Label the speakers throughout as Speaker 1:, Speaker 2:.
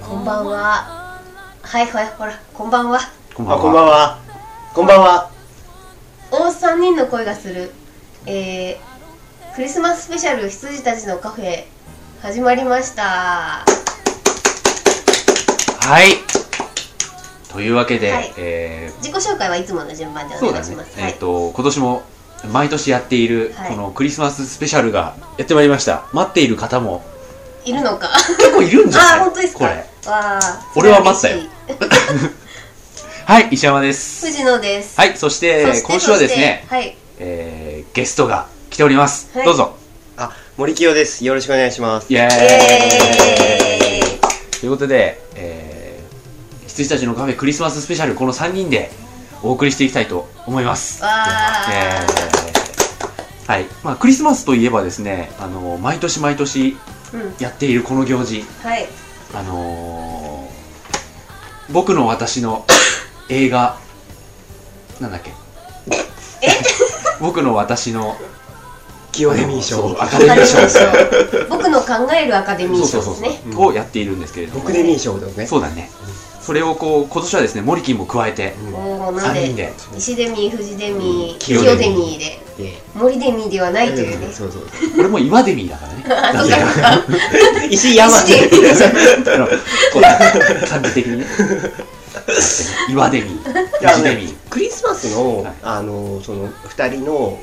Speaker 1: こんばんは。はいはいほら、こんばんは。
Speaker 2: こんば
Speaker 3: あ
Speaker 2: ん
Speaker 3: こんばん
Speaker 2: は。
Speaker 3: はこんばんは
Speaker 1: 大3人の声がする、えー、クリスマススペシャル羊たちのカフェ始まりました
Speaker 2: はい。というわけで、
Speaker 1: はい
Speaker 2: え
Speaker 1: 自己紹介はいつもの順番で
Speaker 2: ー
Speaker 1: お
Speaker 2: そう
Speaker 1: 願
Speaker 2: だ
Speaker 1: いし
Speaker 2: ね
Speaker 1: ます、。
Speaker 2: えっ、と今年も毎年やっている
Speaker 1: はい
Speaker 2: このクリスマススペシャルがやってまいりました。待っている方も
Speaker 1: はいいるのか
Speaker 2: 結構いるんじゃない
Speaker 1: あ？本当ですか
Speaker 2: これ。
Speaker 1: わあ
Speaker 2: 俺は待ったよ
Speaker 1: 嬉しい
Speaker 2: はい、石山です。
Speaker 1: 藤野です
Speaker 2: はい、そして
Speaker 1: そして
Speaker 2: 今週はですね
Speaker 1: そし、てはい
Speaker 2: えーゲストが来ております。
Speaker 1: はい
Speaker 2: どうぞ。
Speaker 3: あ森清ですよろしくお願いします
Speaker 2: イエー
Speaker 1: イ
Speaker 2: イ
Speaker 1: エーイ
Speaker 2: ということで、えー、羊たちのカフェクリスマススペシャルこの3人でお送りしていきたいと思います
Speaker 1: わあ
Speaker 2: えーはいまあ、クリスマスといえばですねあの毎年毎年
Speaker 1: うん
Speaker 2: やっているこの行事、
Speaker 1: はい
Speaker 2: あのー僕の 私の映画なんだっけ 僕の私の
Speaker 3: 清
Speaker 2: そうアカデミ
Speaker 1: アカ
Speaker 2: ー賞
Speaker 1: デミー賞僕の考えるアカデミー賞
Speaker 2: そう
Speaker 1: で
Speaker 2: そう
Speaker 1: す
Speaker 2: そう
Speaker 1: ね
Speaker 3: うん
Speaker 2: をやっているんですけれども
Speaker 3: 僕デミー賞だよね
Speaker 2: そうだねそれをこう今年はですねモリキンも加えて
Speaker 3: うん
Speaker 1: おおなん
Speaker 2: 3人
Speaker 1: で
Speaker 2: で
Speaker 1: 石デミー藤デミー
Speaker 2: 清
Speaker 1: 清
Speaker 2: デ
Speaker 1: デ
Speaker 2: ミー
Speaker 1: ミーで
Speaker 3: イエーイ
Speaker 1: 森デミーではないというね
Speaker 3: うんそうそう
Speaker 2: 俺も岩デミーだからね
Speaker 1: あ
Speaker 2: な
Speaker 1: そ
Speaker 2: ん
Speaker 1: う
Speaker 2: で
Speaker 1: かそうか
Speaker 3: 石山
Speaker 1: 石デミー
Speaker 2: あのこう感じ 的にね岩デミー藤デミー
Speaker 3: クリスマスの、
Speaker 2: はい
Speaker 3: あのその二人の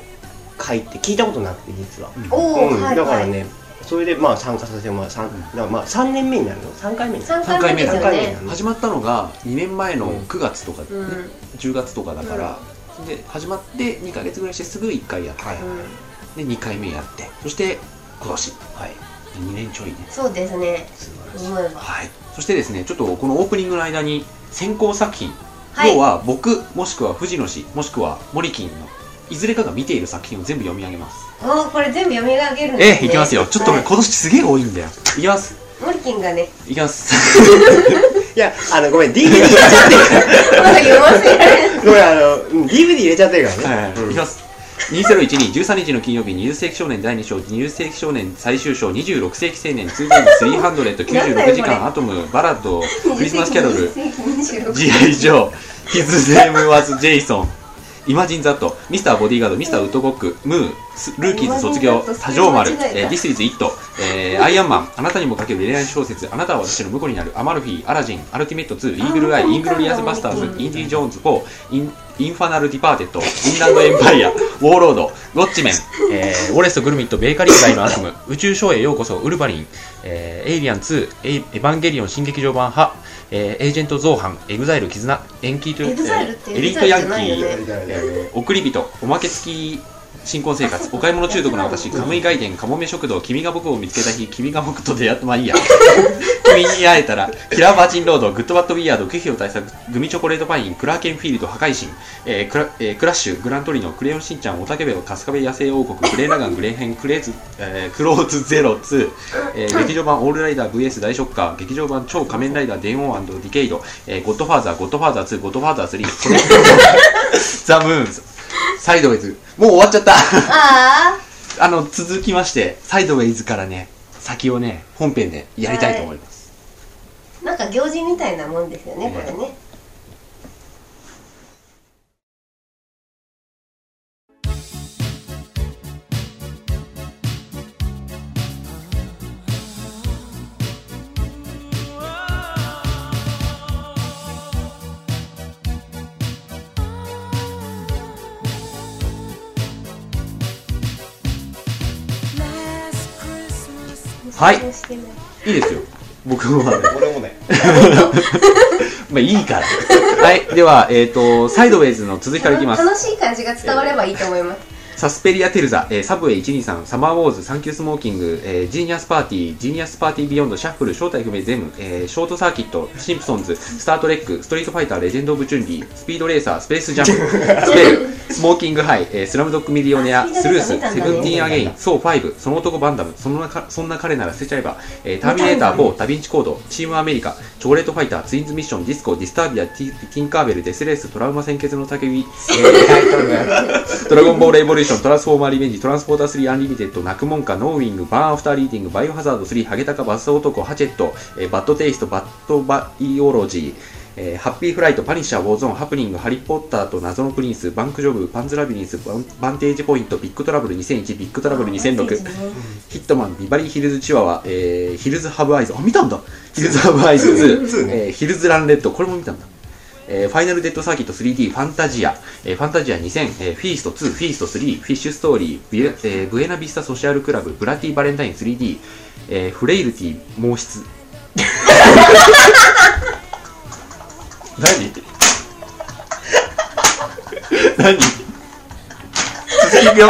Speaker 3: 会って聞いたことなくて実は、
Speaker 2: うん
Speaker 1: おお、
Speaker 3: うん
Speaker 1: はい
Speaker 3: だか
Speaker 1: は
Speaker 3: ら
Speaker 1: い。
Speaker 3: ねそれでまあ参加させてもらう三
Speaker 2: うん
Speaker 3: だからまあ三年目になるの三回目になる
Speaker 1: 三回目ですよ
Speaker 3: 三回目
Speaker 1: ね
Speaker 3: な。の
Speaker 2: 始まったのが2年前の9月とか、ね
Speaker 1: うんうん
Speaker 2: 10月とかだから、で始まって2ヶ月ぐらいしてすぐ1回やって、
Speaker 3: はい
Speaker 2: で2回目やってそして今年
Speaker 3: はい
Speaker 2: 2年ちょいね
Speaker 1: そうですね。
Speaker 3: 素晴らしい
Speaker 1: 思えば。
Speaker 2: はいそしてですねちょっとこのオープニングの間に先行作品、
Speaker 1: はい
Speaker 2: 要。は僕もしくは藤野氏もしくは森金のいずれかが見ている作品を全部読み上げます
Speaker 1: おーこれ全部読み上げるんです
Speaker 2: え
Speaker 1: ね。
Speaker 2: え、いきますよ。ちょっとね、
Speaker 1: はい
Speaker 2: 今年すげえ多いんだよ。いきます。
Speaker 1: モリキンがね、
Speaker 2: いきます。
Speaker 3: いやあのごめん DVD 入れちゃってるから
Speaker 1: まだ読ませられない。
Speaker 3: ごめんあのうん DVD 入れちゃってるからね、
Speaker 2: はい、
Speaker 3: うん
Speaker 2: いきます。2012、13日の金曜日、20世紀少年第2章、20世紀少年最終章、26世紀青年、2 0 3 0 96時間、アトム、バラッド、クリスマスキャロル、G.I. ジョー、His Name Was Jason、イマジン・ザット、ミスター・ボディーガード、ミスター・ウッドゴック、ムー、スルーキーズ卒
Speaker 1: イ
Speaker 2: 業
Speaker 1: マジンザッ、ト
Speaker 2: 多条丸、
Speaker 1: それ間違えた
Speaker 2: えー、ディスイズ・イット、えー、アイアンマン、あなたにもかける恋愛小説、あなたは私の婿になる、アマルフィー、アラジン、アルティメット2、イーグル・アイ、イングロリアス・バスターズ、インディ・ジョーンズ4、インインファナル・ディパーテッド、インランド・エンパイア、ウォーロード、ウォッチメン、えー、ウォレスとグルミット、ベーカリー・ライのアトム、宇宙ショーへようこそ、ウルバリン、えー、エイリアン2、エイエヴァンゲリオン新劇場版派、えー、エージェント造反、エグザイル絆、延期という、
Speaker 1: エグザイルって
Speaker 2: えーエリートヤン
Speaker 1: エ
Speaker 2: キ
Speaker 1: グザイルじゃないよ
Speaker 2: ー、
Speaker 1: ね
Speaker 2: えー送り人、おまけ付き新婚生活、お買い物中毒の私、カムイ外伝、カモメ食堂、君が僕を見つけた日、君が僕と出会って、まあいいや。 君に会えたら、キラーバーチンロード、グッドバッドビアード、クヒオ対策、グミチョコレートパイン、クラーケンフィールド、破壊神、えークラえークラッシュ、グラントリノ、クレヨンしんちゃん、オタケベオ、カスカベ野生王国、グレーラガン、グレーヘン、クレーズ、えークローズゼロ2、えー劇場版オールライダー VS 大ショッカー、劇場版超仮面ライダー、電王ディケイド、えーゴッドファーザー、ゴッドファーザー2、ゴッドファーザー3、そのザ・ムーンズ、サイドウェイズ、もう終わっちゃった
Speaker 1: ああ。
Speaker 2: あの続きましてサイドウェイズからね先をね本編でやりたいと思います、
Speaker 1: なんか行事みたいなもんですよね、これね。
Speaker 2: はい
Speaker 1: 緊張してない
Speaker 2: い、いですよ僕は ね
Speaker 3: 俺もね
Speaker 2: まあいいからはいではえっ、とサイドウェイズの続きからいきます
Speaker 1: 楽しい感じが伝わればいいと思います。
Speaker 2: サスペリア・テルザ、えーサブウェイ123、サマーウォーズ、サンキュースモーキング、えージーニアスパーティー、ジーニアスパーティービヨンド、シャッフル、正体不明ゼム、えーショートサーキット、シンプソンズ、スタートレック、ストリートファイター、レジェンド・オブ・チュンリー、スピードレーサー、スペースジャン プ、スペル、スモーキング・ハイ、えースラムドッグ・ミリオネア、
Speaker 1: あ
Speaker 2: ス
Speaker 1: ス
Speaker 2: ル
Speaker 1: ピードレ
Speaker 2: ー
Speaker 1: ーサー見
Speaker 2: ス、
Speaker 1: たんだ
Speaker 2: セ
Speaker 1: ね
Speaker 2: ブンティーン・アゲイン、ソー5、その男・バンダム、そんなかそんな彼なら捨てちゃえば、えーターミネーター4、ダヴィンチ・コード、チーム・アメリカ、チョコレート・ファイター、ツインズ・ミッション、ディスコ、ディスタービア、ティティンカーベル、デスレース、トラウマ・先決の叫び、えードラゴンボールエボリューション、トランスフォーマーリベンジ、トランスポーター3アンリミテッド、泣くもんか、ノーウィング、バーンアフターリーディング、バイオハザード3、ハゲタカ、バス男、ハチェット、えーバッドテイスト、バッドバイオロジー、えーハッピーフライト、パニッシャー、ウォーゾーン、ハプニング、ハリー・ポッターと謎のプリンス、バンクジョブ、パンズラビリンス、バンバンテージポイント、ビッグトラブル2001、ビッグトラブル2006、ヒットマン、ビバリーヒルズチワワ、えーヒルズハブアイズ、あ、見たんだヒルズハブアイズ
Speaker 3: そう
Speaker 2: 2、
Speaker 3: ね
Speaker 2: えーヒルズランレッド、これも見たんだ。えーファイナルデッドサーキット 3D、ファンタジア、えーファンタジア2000、えーフィースト2、フィースト3、フィッシュストーリー、ビエえーブエナビスタソシャルクラブ、ブラティバレンタイン 3D、えーフレイルティ毛筆。 何 何 続きいくよ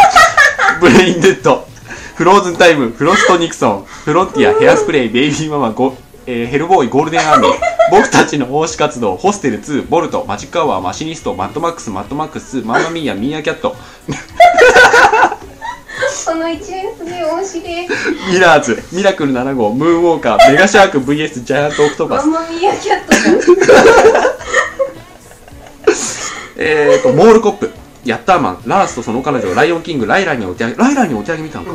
Speaker 2: ブレインデッドフローズンタイムフロストニクソンフロンティアヘアスプレイベイビーママゴ、えーヘルボーイゴールデンアーミー僕たちの奉仕活動ホステル2ボルトマジックアワーマシニストマッドマックスマッドマックス2マンマミーヤミーアキャット
Speaker 1: その一連すげえ面白い
Speaker 2: ミラーズミラクル7号ムーンウォーカーメガシャーク VS ジャイアントオクトパ
Speaker 1: マ
Speaker 2: ス
Speaker 1: ンマミーアキャットじ
Speaker 2: えーとモールコップヤッターマンラースとその彼女ライオンキングライライにお手上げライライにお手上げ見たんか、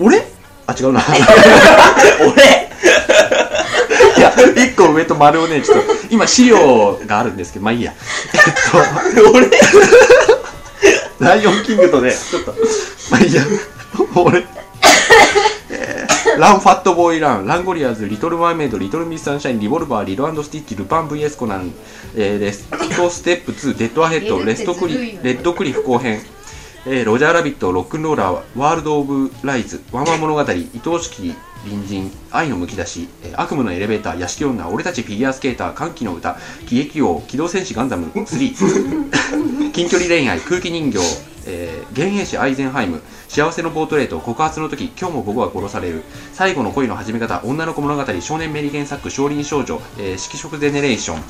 Speaker 2: 俺あ違う な
Speaker 3: 俺
Speaker 2: いや、一個上と丸をね、ちょっと、今資料があるんですけど、まあいいや。えっと、俺 ライオンキングとね、ちょっと、まあいいや。俺、えーランファットボーイラン、ランゴリアーズ、リトルマーメイド、リトルミスサンシャイン、リボルバー、リロスティッチ、ルパン VS コナン、えーレストステップ2、デッドアヘッド、レストクリ、レッドクリフ後編、えーロジャーラビット、ロックンローラー、ワールド・オブ・ライズ、ワンワン物語、愛おしき隣人、愛のむき出し、えー悪夢のエレベーター、屋敷女、俺たちフィギュアスケーター、歓喜の歌、喜劇王、機動戦士ガンダム3、近距離恋愛、空気人形、えー幻影師アイゼンハイム、幸せのポートレート、告発の時、今日も僕は殺される、最後の恋の始め方、女の子物語、少年メリケンサック、少林少女、えー色色ゼネレーション、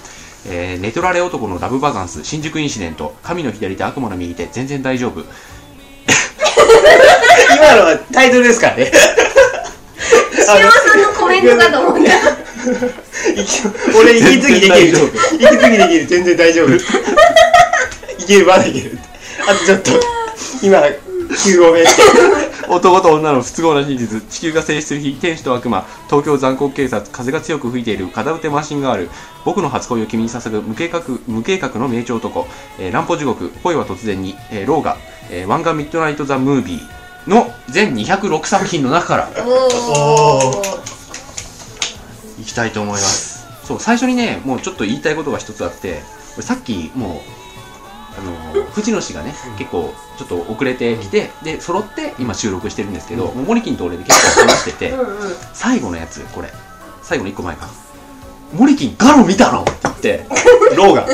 Speaker 2: えー寝取られ男のラブバカンス、新宿インシデント、神の左手、悪魔の右手、全然大丈夫、
Speaker 3: 今のはタイトルですからね
Speaker 1: ゃん石山さんのコメントかと思 った
Speaker 3: 俺息継ぎでき
Speaker 2: 全然大
Speaker 3: る
Speaker 2: 丈夫
Speaker 3: 息継ぎできる全然大丈夫いけるまだいけるあとちょっと今9合目
Speaker 2: 男と女の不都合な真実地球が静止する日天使と悪魔東京残酷警察風が強く吹いている片腕マシンガール僕の初恋を君に捧ぐ無計画無計画の名著男、えー乱歩地獄恋は突然に、えー、ローガ、えー、ワンガンミッドナイト・ザ・ムービーの全206作品の中から
Speaker 1: お
Speaker 3: お
Speaker 1: お
Speaker 2: いきたいと思いますそう最初にねもうちょっと言いたいことが一つあって俺さっきもうあのー藤野氏がね、結構ちょっと遅れてきて、で揃って今収録してるんですけど、もうモリキンと俺で結構話して て、
Speaker 1: うんうん
Speaker 2: 最後のやつこれ最後の1個前かモリキンガロ見たのって言って
Speaker 3: ローが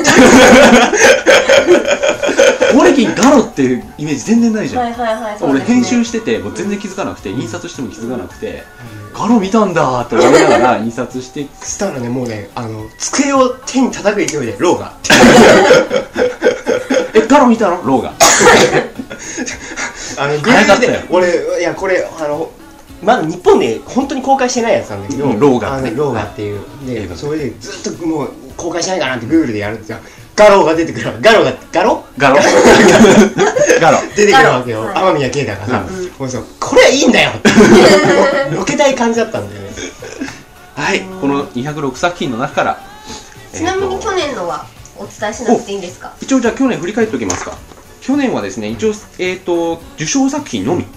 Speaker 2: モリキンガロっていうイメージ全然ないじゃん、
Speaker 1: はいはいはい
Speaker 2: 俺編集
Speaker 1: し
Speaker 2: しててもう全然気づかなくて、印刷しても気づかなくて、ガロ見たんだーって思いなが ら印刷して
Speaker 3: したらねもうねあの机を手に叩く勢いでローが
Speaker 2: 「えガロ見たの?」ローが
Speaker 3: あのグ
Speaker 2: 早かったよ
Speaker 3: で俺いやこれあのまだ日本で本当に公開してないやつなんだけど、
Speaker 2: うんローガ
Speaker 3: あ
Speaker 2: ね
Speaker 3: のローガっていう、
Speaker 2: 映画
Speaker 3: で
Speaker 2: ね
Speaker 3: それでずっともう公開しないかなってグーグルでやるんですよガローが出てくるわガローがガロ
Speaker 2: ガロ ガロ
Speaker 3: 出てくるわけよ
Speaker 1: ガローは
Speaker 3: 天宮慶だからさ、
Speaker 1: うん
Speaker 3: もうそうこれはいいんだよってロケたい感じだったんだよね
Speaker 2: はいこの206作品の中から
Speaker 1: ちなみ
Speaker 2: えー
Speaker 1: に
Speaker 2: と
Speaker 1: 去年のはお伝えしなくていいんですか
Speaker 2: 一応じゃあ去年振り返っておきますか去年はですね一応、えー、と受賞作品のみ、
Speaker 3: うん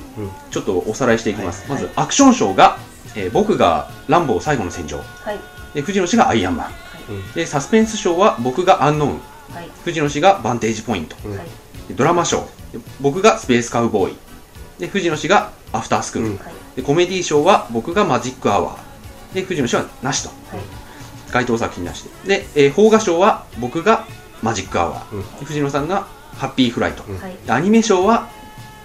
Speaker 2: ちょっとおさらいしていきます、
Speaker 1: はい
Speaker 2: まずアクション賞が、えー僕が「ランボー最後の戦場
Speaker 1: はい」
Speaker 2: で藤野氏が「アイアンマン」でサスペンス賞は僕が「アンノーン
Speaker 1: はい」
Speaker 2: 藤野氏が「バンテージポイント
Speaker 3: うん
Speaker 1: はい」
Speaker 2: でドラマ賞で僕が「スペースカウボーイ」で藤野氏が「アフタースクール」
Speaker 3: うん
Speaker 1: はい
Speaker 2: でコメディ賞は僕が「マジックアワー」で藤野氏はなしと
Speaker 1: はい
Speaker 2: 該当作品なしでで、えー邦画賞は僕が「マジックアワー」
Speaker 3: うん
Speaker 2: で藤野さんが「ハッピーフライト」
Speaker 1: はい
Speaker 2: アニメ賞は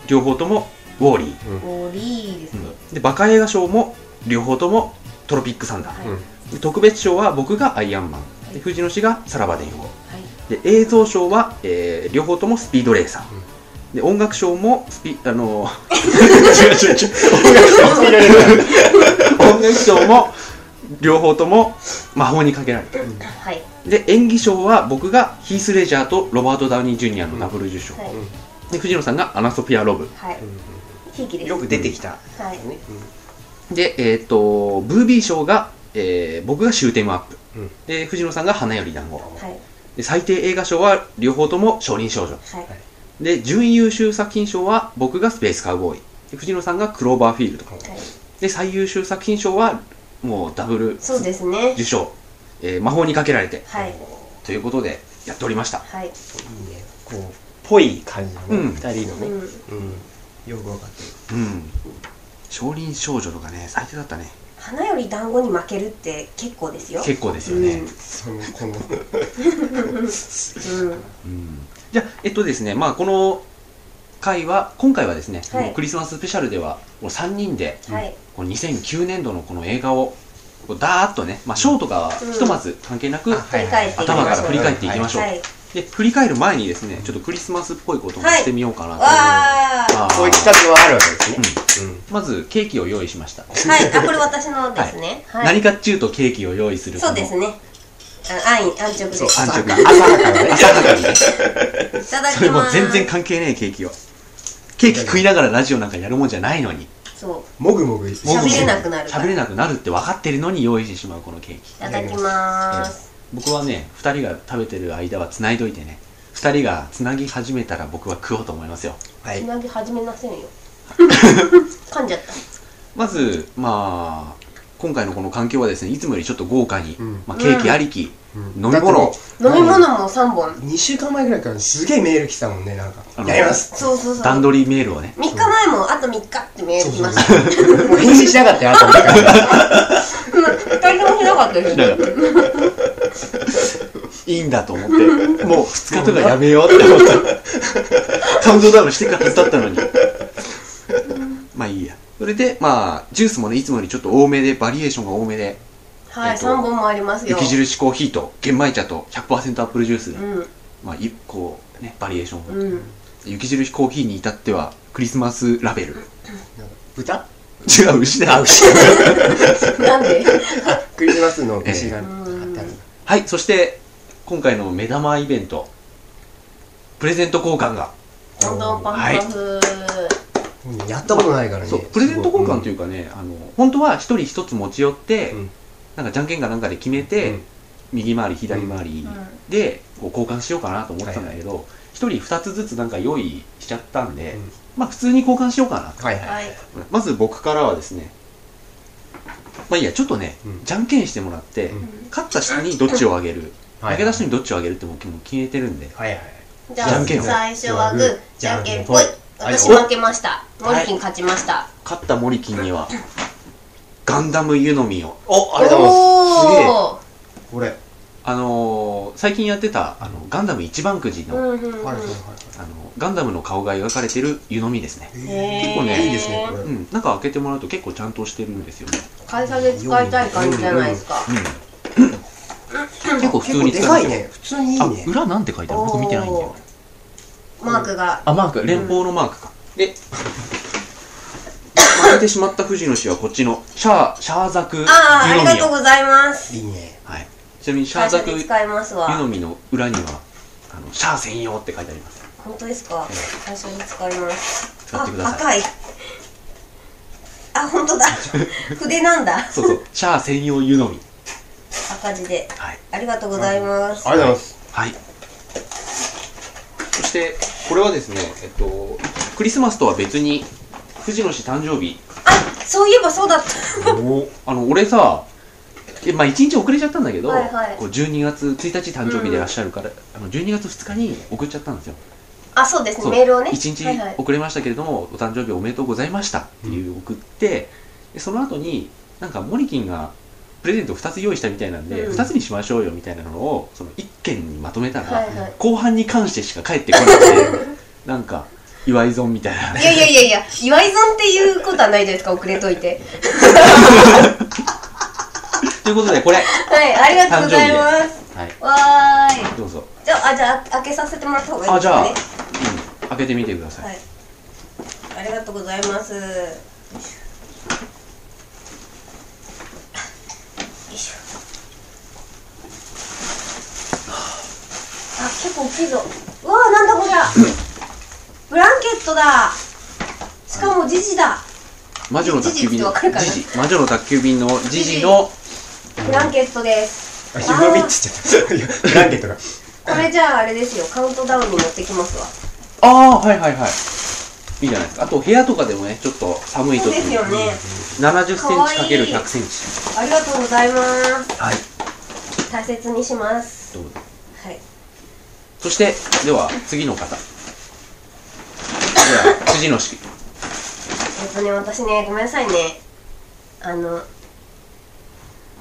Speaker 2: 両方ともウォーリー、
Speaker 1: おーリーですね
Speaker 2: でバカ映画賞も両方ともトロピックサンダ
Speaker 1: は
Speaker 2: ー
Speaker 1: い
Speaker 3: うん
Speaker 2: で特別賞は僕がアイアンマン
Speaker 1: は
Speaker 2: で
Speaker 1: い
Speaker 2: 藤野氏がさらば電話
Speaker 1: はい
Speaker 2: で映像賞は、えー両方ともスピードレーサー、で音楽賞もスピあの ー違う違う違う
Speaker 3: 音楽が入れられるから
Speaker 2: 音楽賞も両方とも魔法にかけられた
Speaker 1: はい
Speaker 2: で演技賞は僕がヒース・レジャーとロバート・ダウニー・ジュニアのダブル受賞、
Speaker 1: はい
Speaker 2: で藤野さんがアナソフィア・ロブ
Speaker 1: はいひいきです
Speaker 3: よく出てきた、
Speaker 1: はい
Speaker 3: ね
Speaker 2: でえっ、とブービー賞が、えー僕が終点アップ、
Speaker 3: うん
Speaker 2: で藤野さんが花より団子
Speaker 1: はい
Speaker 2: で最低映画賞は両方とも承認少女
Speaker 1: はい
Speaker 2: で準優秀作品賞は僕がスペースカウボーイで藤野さんがクローバーフィールド
Speaker 1: はい
Speaker 2: で最優秀作品賞はもうダブル
Speaker 1: そうですね
Speaker 2: 受賞、えー魔法にかけられて
Speaker 1: はい
Speaker 2: ということでやっておりました
Speaker 1: はい
Speaker 3: いいねこうぽい感じのね、
Speaker 2: うん
Speaker 3: 2人の
Speaker 1: う
Speaker 3: ね、
Speaker 1: ん
Speaker 3: うんよく分かってる
Speaker 2: うん少林少女とかね最低だったね
Speaker 1: 花より団子に負けるって結構ですよ
Speaker 2: 結構ですよね、
Speaker 3: そのこの
Speaker 1: うんうん
Speaker 2: うんじゃあえっとですねまあこの回は今回はですね、
Speaker 1: はい
Speaker 2: クリスマススペシャルではこの3人で
Speaker 1: はい
Speaker 2: この2009年度のこの映画をこうダーッとね、まあ、ショーとかはひとまず関係なく、
Speaker 1: いはい
Speaker 2: 頭から振り返っていきましょう、
Speaker 1: はい
Speaker 2: で振り返る前にですねちょっとクリスマスっぽいことも
Speaker 1: はい
Speaker 2: してみようかなと、
Speaker 1: わー
Speaker 2: あー
Speaker 3: こういう企画はあるわけですね、うん
Speaker 2: まずケーキを用意しました、
Speaker 1: はいあこれ私のですねはい
Speaker 2: 何かっちゅうとケーキを用意する
Speaker 1: そ
Speaker 2: この
Speaker 1: うですねあ安易安直で
Speaker 3: そう
Speaker 1: い
Speaker 3: 朝
Speaker 2: 安
Speaker 3: か
Speaker 2: 直
Speaker 3: 朝だからね
Speaker 1: ただ
Speaker 2: そ
Speaker 1: き
Speaker 2: れもう
Speaker 1: ます
Speaker 2: 全然関係ねえケーキをケーキ食いながらラジオなんかやるもんじゃないのに
Speaker 1: そう
Speaker 3: もぐも
Speaker 1: もぐ
Speaker 3: ぐ
Speaker 1: もぐ喋れなくなるから
Speaker 2: 喋れなくなるって分かってるのに用意してしまうこのケーキ
Speaker 1: いただきます
Speaker 2: 僕はね2人が食べてる間は繋いどいてね2人が繋ぎ始めたら僕は食おうと思いますよ
Speaker 3: は
Speaker 1: つ
Speaker 3: い
Speaker 1: なぎ始めませんよ噛んじゃった
Speaker 2: まずまあ今回のこの環境はですねいつもよりちょっと豪華に、
Speaker 3: うん
Speaker 2: まあ、ケーキありき、
Speaker 3: うん
Speaker 2: 飲み物
Speaker 1: 飲み物も3本
Speaker 3: 2週間前ぐらいからすげえメール来てたもんねなん
Speaker 2: あ
Speaker 3: か
Speaker 2: の
Speaker 3: やります
Speaker 1: そうそうそう
Speaker 2: 段
Speaker 1: 3
Speaker 2: 取りメールをね
Speaker 1: 日前もあと3日ってメール来ました
Speaker 3: うもう返信しなかったよあと思ってから
Speaker 1: 2人ともしなかったですね
Speaker 2: いいんだと思って もう2日とかやめようって思ったカウントダウンしてからずだったのにまあいいやそれでまあジュースもねいつもよりちょっと多めでバリエーションが多めで
Speaker 1: は
Speaker 2: え
Speaker 1: い
Speaker 2: っと
Speaker 1: 3本もありますよ
Speaker 2: 雪印コーヒーと玄米茶と100%アップルジュースで、
Speaker 1: うん
Speaker 2: まあいこうねバリエーションを、
Speaker 1: うん
Speaker 2: 雪印コーヒーに至ってはクリスマスラベル
Speaker 3: 豚
Speaker 2: 違う牛だ牛
Speaker 1: なんで
Speaker 3: クリスマスの牛が
Speaker 1: え
Speaker 2: え
Speaker 3: あってある
Speaker 2: はいそして今回の目玉イベントプレゼント交換が
Speaker 1: どんどんパフパフ
Speaker 3: もうやったことないからね
Speaker 2: そうプレゼント交換といううかね、あの本当は一人一つ持ち寄って、
Speaker 3: うん
Speaker 2: なんかじゃんけんかなんかで決めて、右回り左回り
Speaker 1: う
Speaker 2: でこう交換しようかなと思ったんだけど一、人二つずつなんか用意しちゃったんで、
Speaker 3: うん
Speaker 2: まあ普通に交換しようかなと
Speaker 3: はい
Speaker 1: ん
Speaker 3: は
Speaker 1: はいい
Speaker 2: まず僕からはですねまあいいやちょっとね、
Speaker 3: うん
Speaker 2: じゃんけんしてもらって、
Speaker 3: うん
Speaker 2: 勝った人にどっちをあげる
Speaker 3: はい
Speaker 2: 負けた人にどっちをあげるってもう決めてるんで
Speaker 3: はいはい
Speaker 1: じ
Speaker 2: じゃ
Speaker 1: ゃ
Speaker 2: ん
Speaker 1: あ
Speaker 2: けん
Speaker 1: 最初はグーじゃんけんぽい
Speaker 2: はい
Speaker 1: 私負けましたモ
Speaker 2: はい
Speaker 1: リキン勝ちました
Speaker 2: 勝ったモリキンにはガンダム湯飲みを
Speaker 3: おありがとうございます
Speaker 1: おー
Speaker 3: これ
Speaker 2: あのー最近やってたあのガンダム一番くじの,、
Speaker 1: うんうん
Speaker 3: はいはいは
Speaker 1: う
Speaker 2: あのガンダムの顔が描かれてる湯飲みですね、
Speaker 3: い
Speaker 1: んへー
Speaker 2: 結構ねいい
Speaker 3: ですねこれ
Speaker 2: うん、なんか開けてもらうと結構ちゃんとしてるんですよね、
Speaker 1: 会社で使いたい感じじゃないですか
Speaker 2: うん、結構普通に
Speaker 3: 結構
Speaker 2: 使え
Speaker 3: でかい
Speaker 2: る
Speaker 3: ね普通にいい
Speaker 2: あ
Speaker 3: ね
Speaker 2: 裏なんて書いてある僕見てないんだよ
Speaker 1: おーマークが
Speaker 2: あマーク連邦のマークか、で負けてしまった藤野氏はこっちのシャーシャーザク湯飲み
Speaker 1: ああありがとう
Speaker 2: を、
Speaker 1: ございます
Speaker 3: いいね
Speaker 2: はい、ちなみにシャー
Speaker 1: 会
Speaker 2: ザ
Speaker 1: 社
Speaker 2: ク
Speaker 1: で
Speaker 2: 湯
Speaker 1: 使いますわ
Speaker 2: 飲みの裏にはあのシャー専用って書いてあります
Speaker 1: 本当ですか会社で使います
Speaker 2: 使っ
Speaker 1: あ
Speaker 2: てくださ
Speaker 1: 赤
Speaker 2: い
Speaker 1: いあ本 当だ筆なんだ
Speaker 2: そうそうシャー専用湯飲み
Speaker 1: 赤字で
Speaker 2: はい
Speaker 1: ありがとうございます
Speaker 3: ありがとうございます
Speaker 2: はい。そして、これはですね、えっと、クリスマスとは別に、藤野氏誕生日。
Speaker 1: あそういえばそうだった
Speaker 2: あの、俺さ、えまあ、1日遅れちゃったんだけど、
Speaker 1: はいはい
Speaker 2: こう12月1日誕生日でいらっしゃるから、あの12月2日に送っちゃったんですよ。
Speaker 1: あそうです
Speaker 2: そ
Speaker 1: ね
Speaker 2: う
Speaker 1: メールをね
Speaker 2: 1
Speaker 1: はいは
Speaker 2: 日
Speaker 1: い
Speaker 2: 遅れましたけれども、お誕生日おめでとうございましたっていう送って、でその後に、なんかモリキンが、プレゼント2つ用意したみたいなんで、
Speaker 1: うん
Speaker 2: 2つにしましょうよみたいなのをその1件にまとめたら、
Speaker 1: はいはい
Speaker 2: 後半に関してしか帰ってこな くてなんか祝い損みたいない
Speaker 1: やいやいやいや岩井さんっていうことはないじゃないですか遅れといて
Speaker 2: ということでこれ
Speaker 1: はいありがとうございます
Speaker 2: はい
Speaker 1: わーい
Speaker 2: どうぞ
Speaker 1: じゃああじゃあ開けさせてもらった方がいい
Speaker 2: あ
Speaker 1: です
Speaker 2: じゃ
Speaker 1: か
Speaker 2: あ、
Speaker 1: ね
Speaker 2: うん、開けてみてください、
Speaker 1: はい。ありがとうございます。よいしょ。あ、結構大きいぞ。うわあ、なんだこりゃ。ブランケットだしかもジジだ
Speaker 2: 魔女の宅急
Speaker 1: ジジっ
Speaker 2: 便の
Speaker 1: てわかるかな
Speaker 2: ジジ魔女の宅急便のジジの
Speaker 1: ブランケットです
Speaker 3: あヒモビッチって言っちゃったいやランケ ットが
Speaker 1: これじゃああれですよカウントダウンに持ってきますわ
Speaker 2: ああはいはいはいいいじゃないですかあと部屋とかでもねちょっと寒い
Speaker 1: そう
Speaker 2: 時
Speaker 1: です
Speaker 2: に
Speaker 1: よね
Speaker 2: 7 0
Speaker 1: かわいい
Speaker 2: センチ ×1 0 0センチ
Speaker 1: ありがとうございます
Speaker 2: はい
Speaker 1: 大切にします
Speaker 2: どうぞ
Speaker 1: はい
Speaker 2: そしてでは次の方では辻の式
Speaker 1: えっとね私ねごめんなさいねあの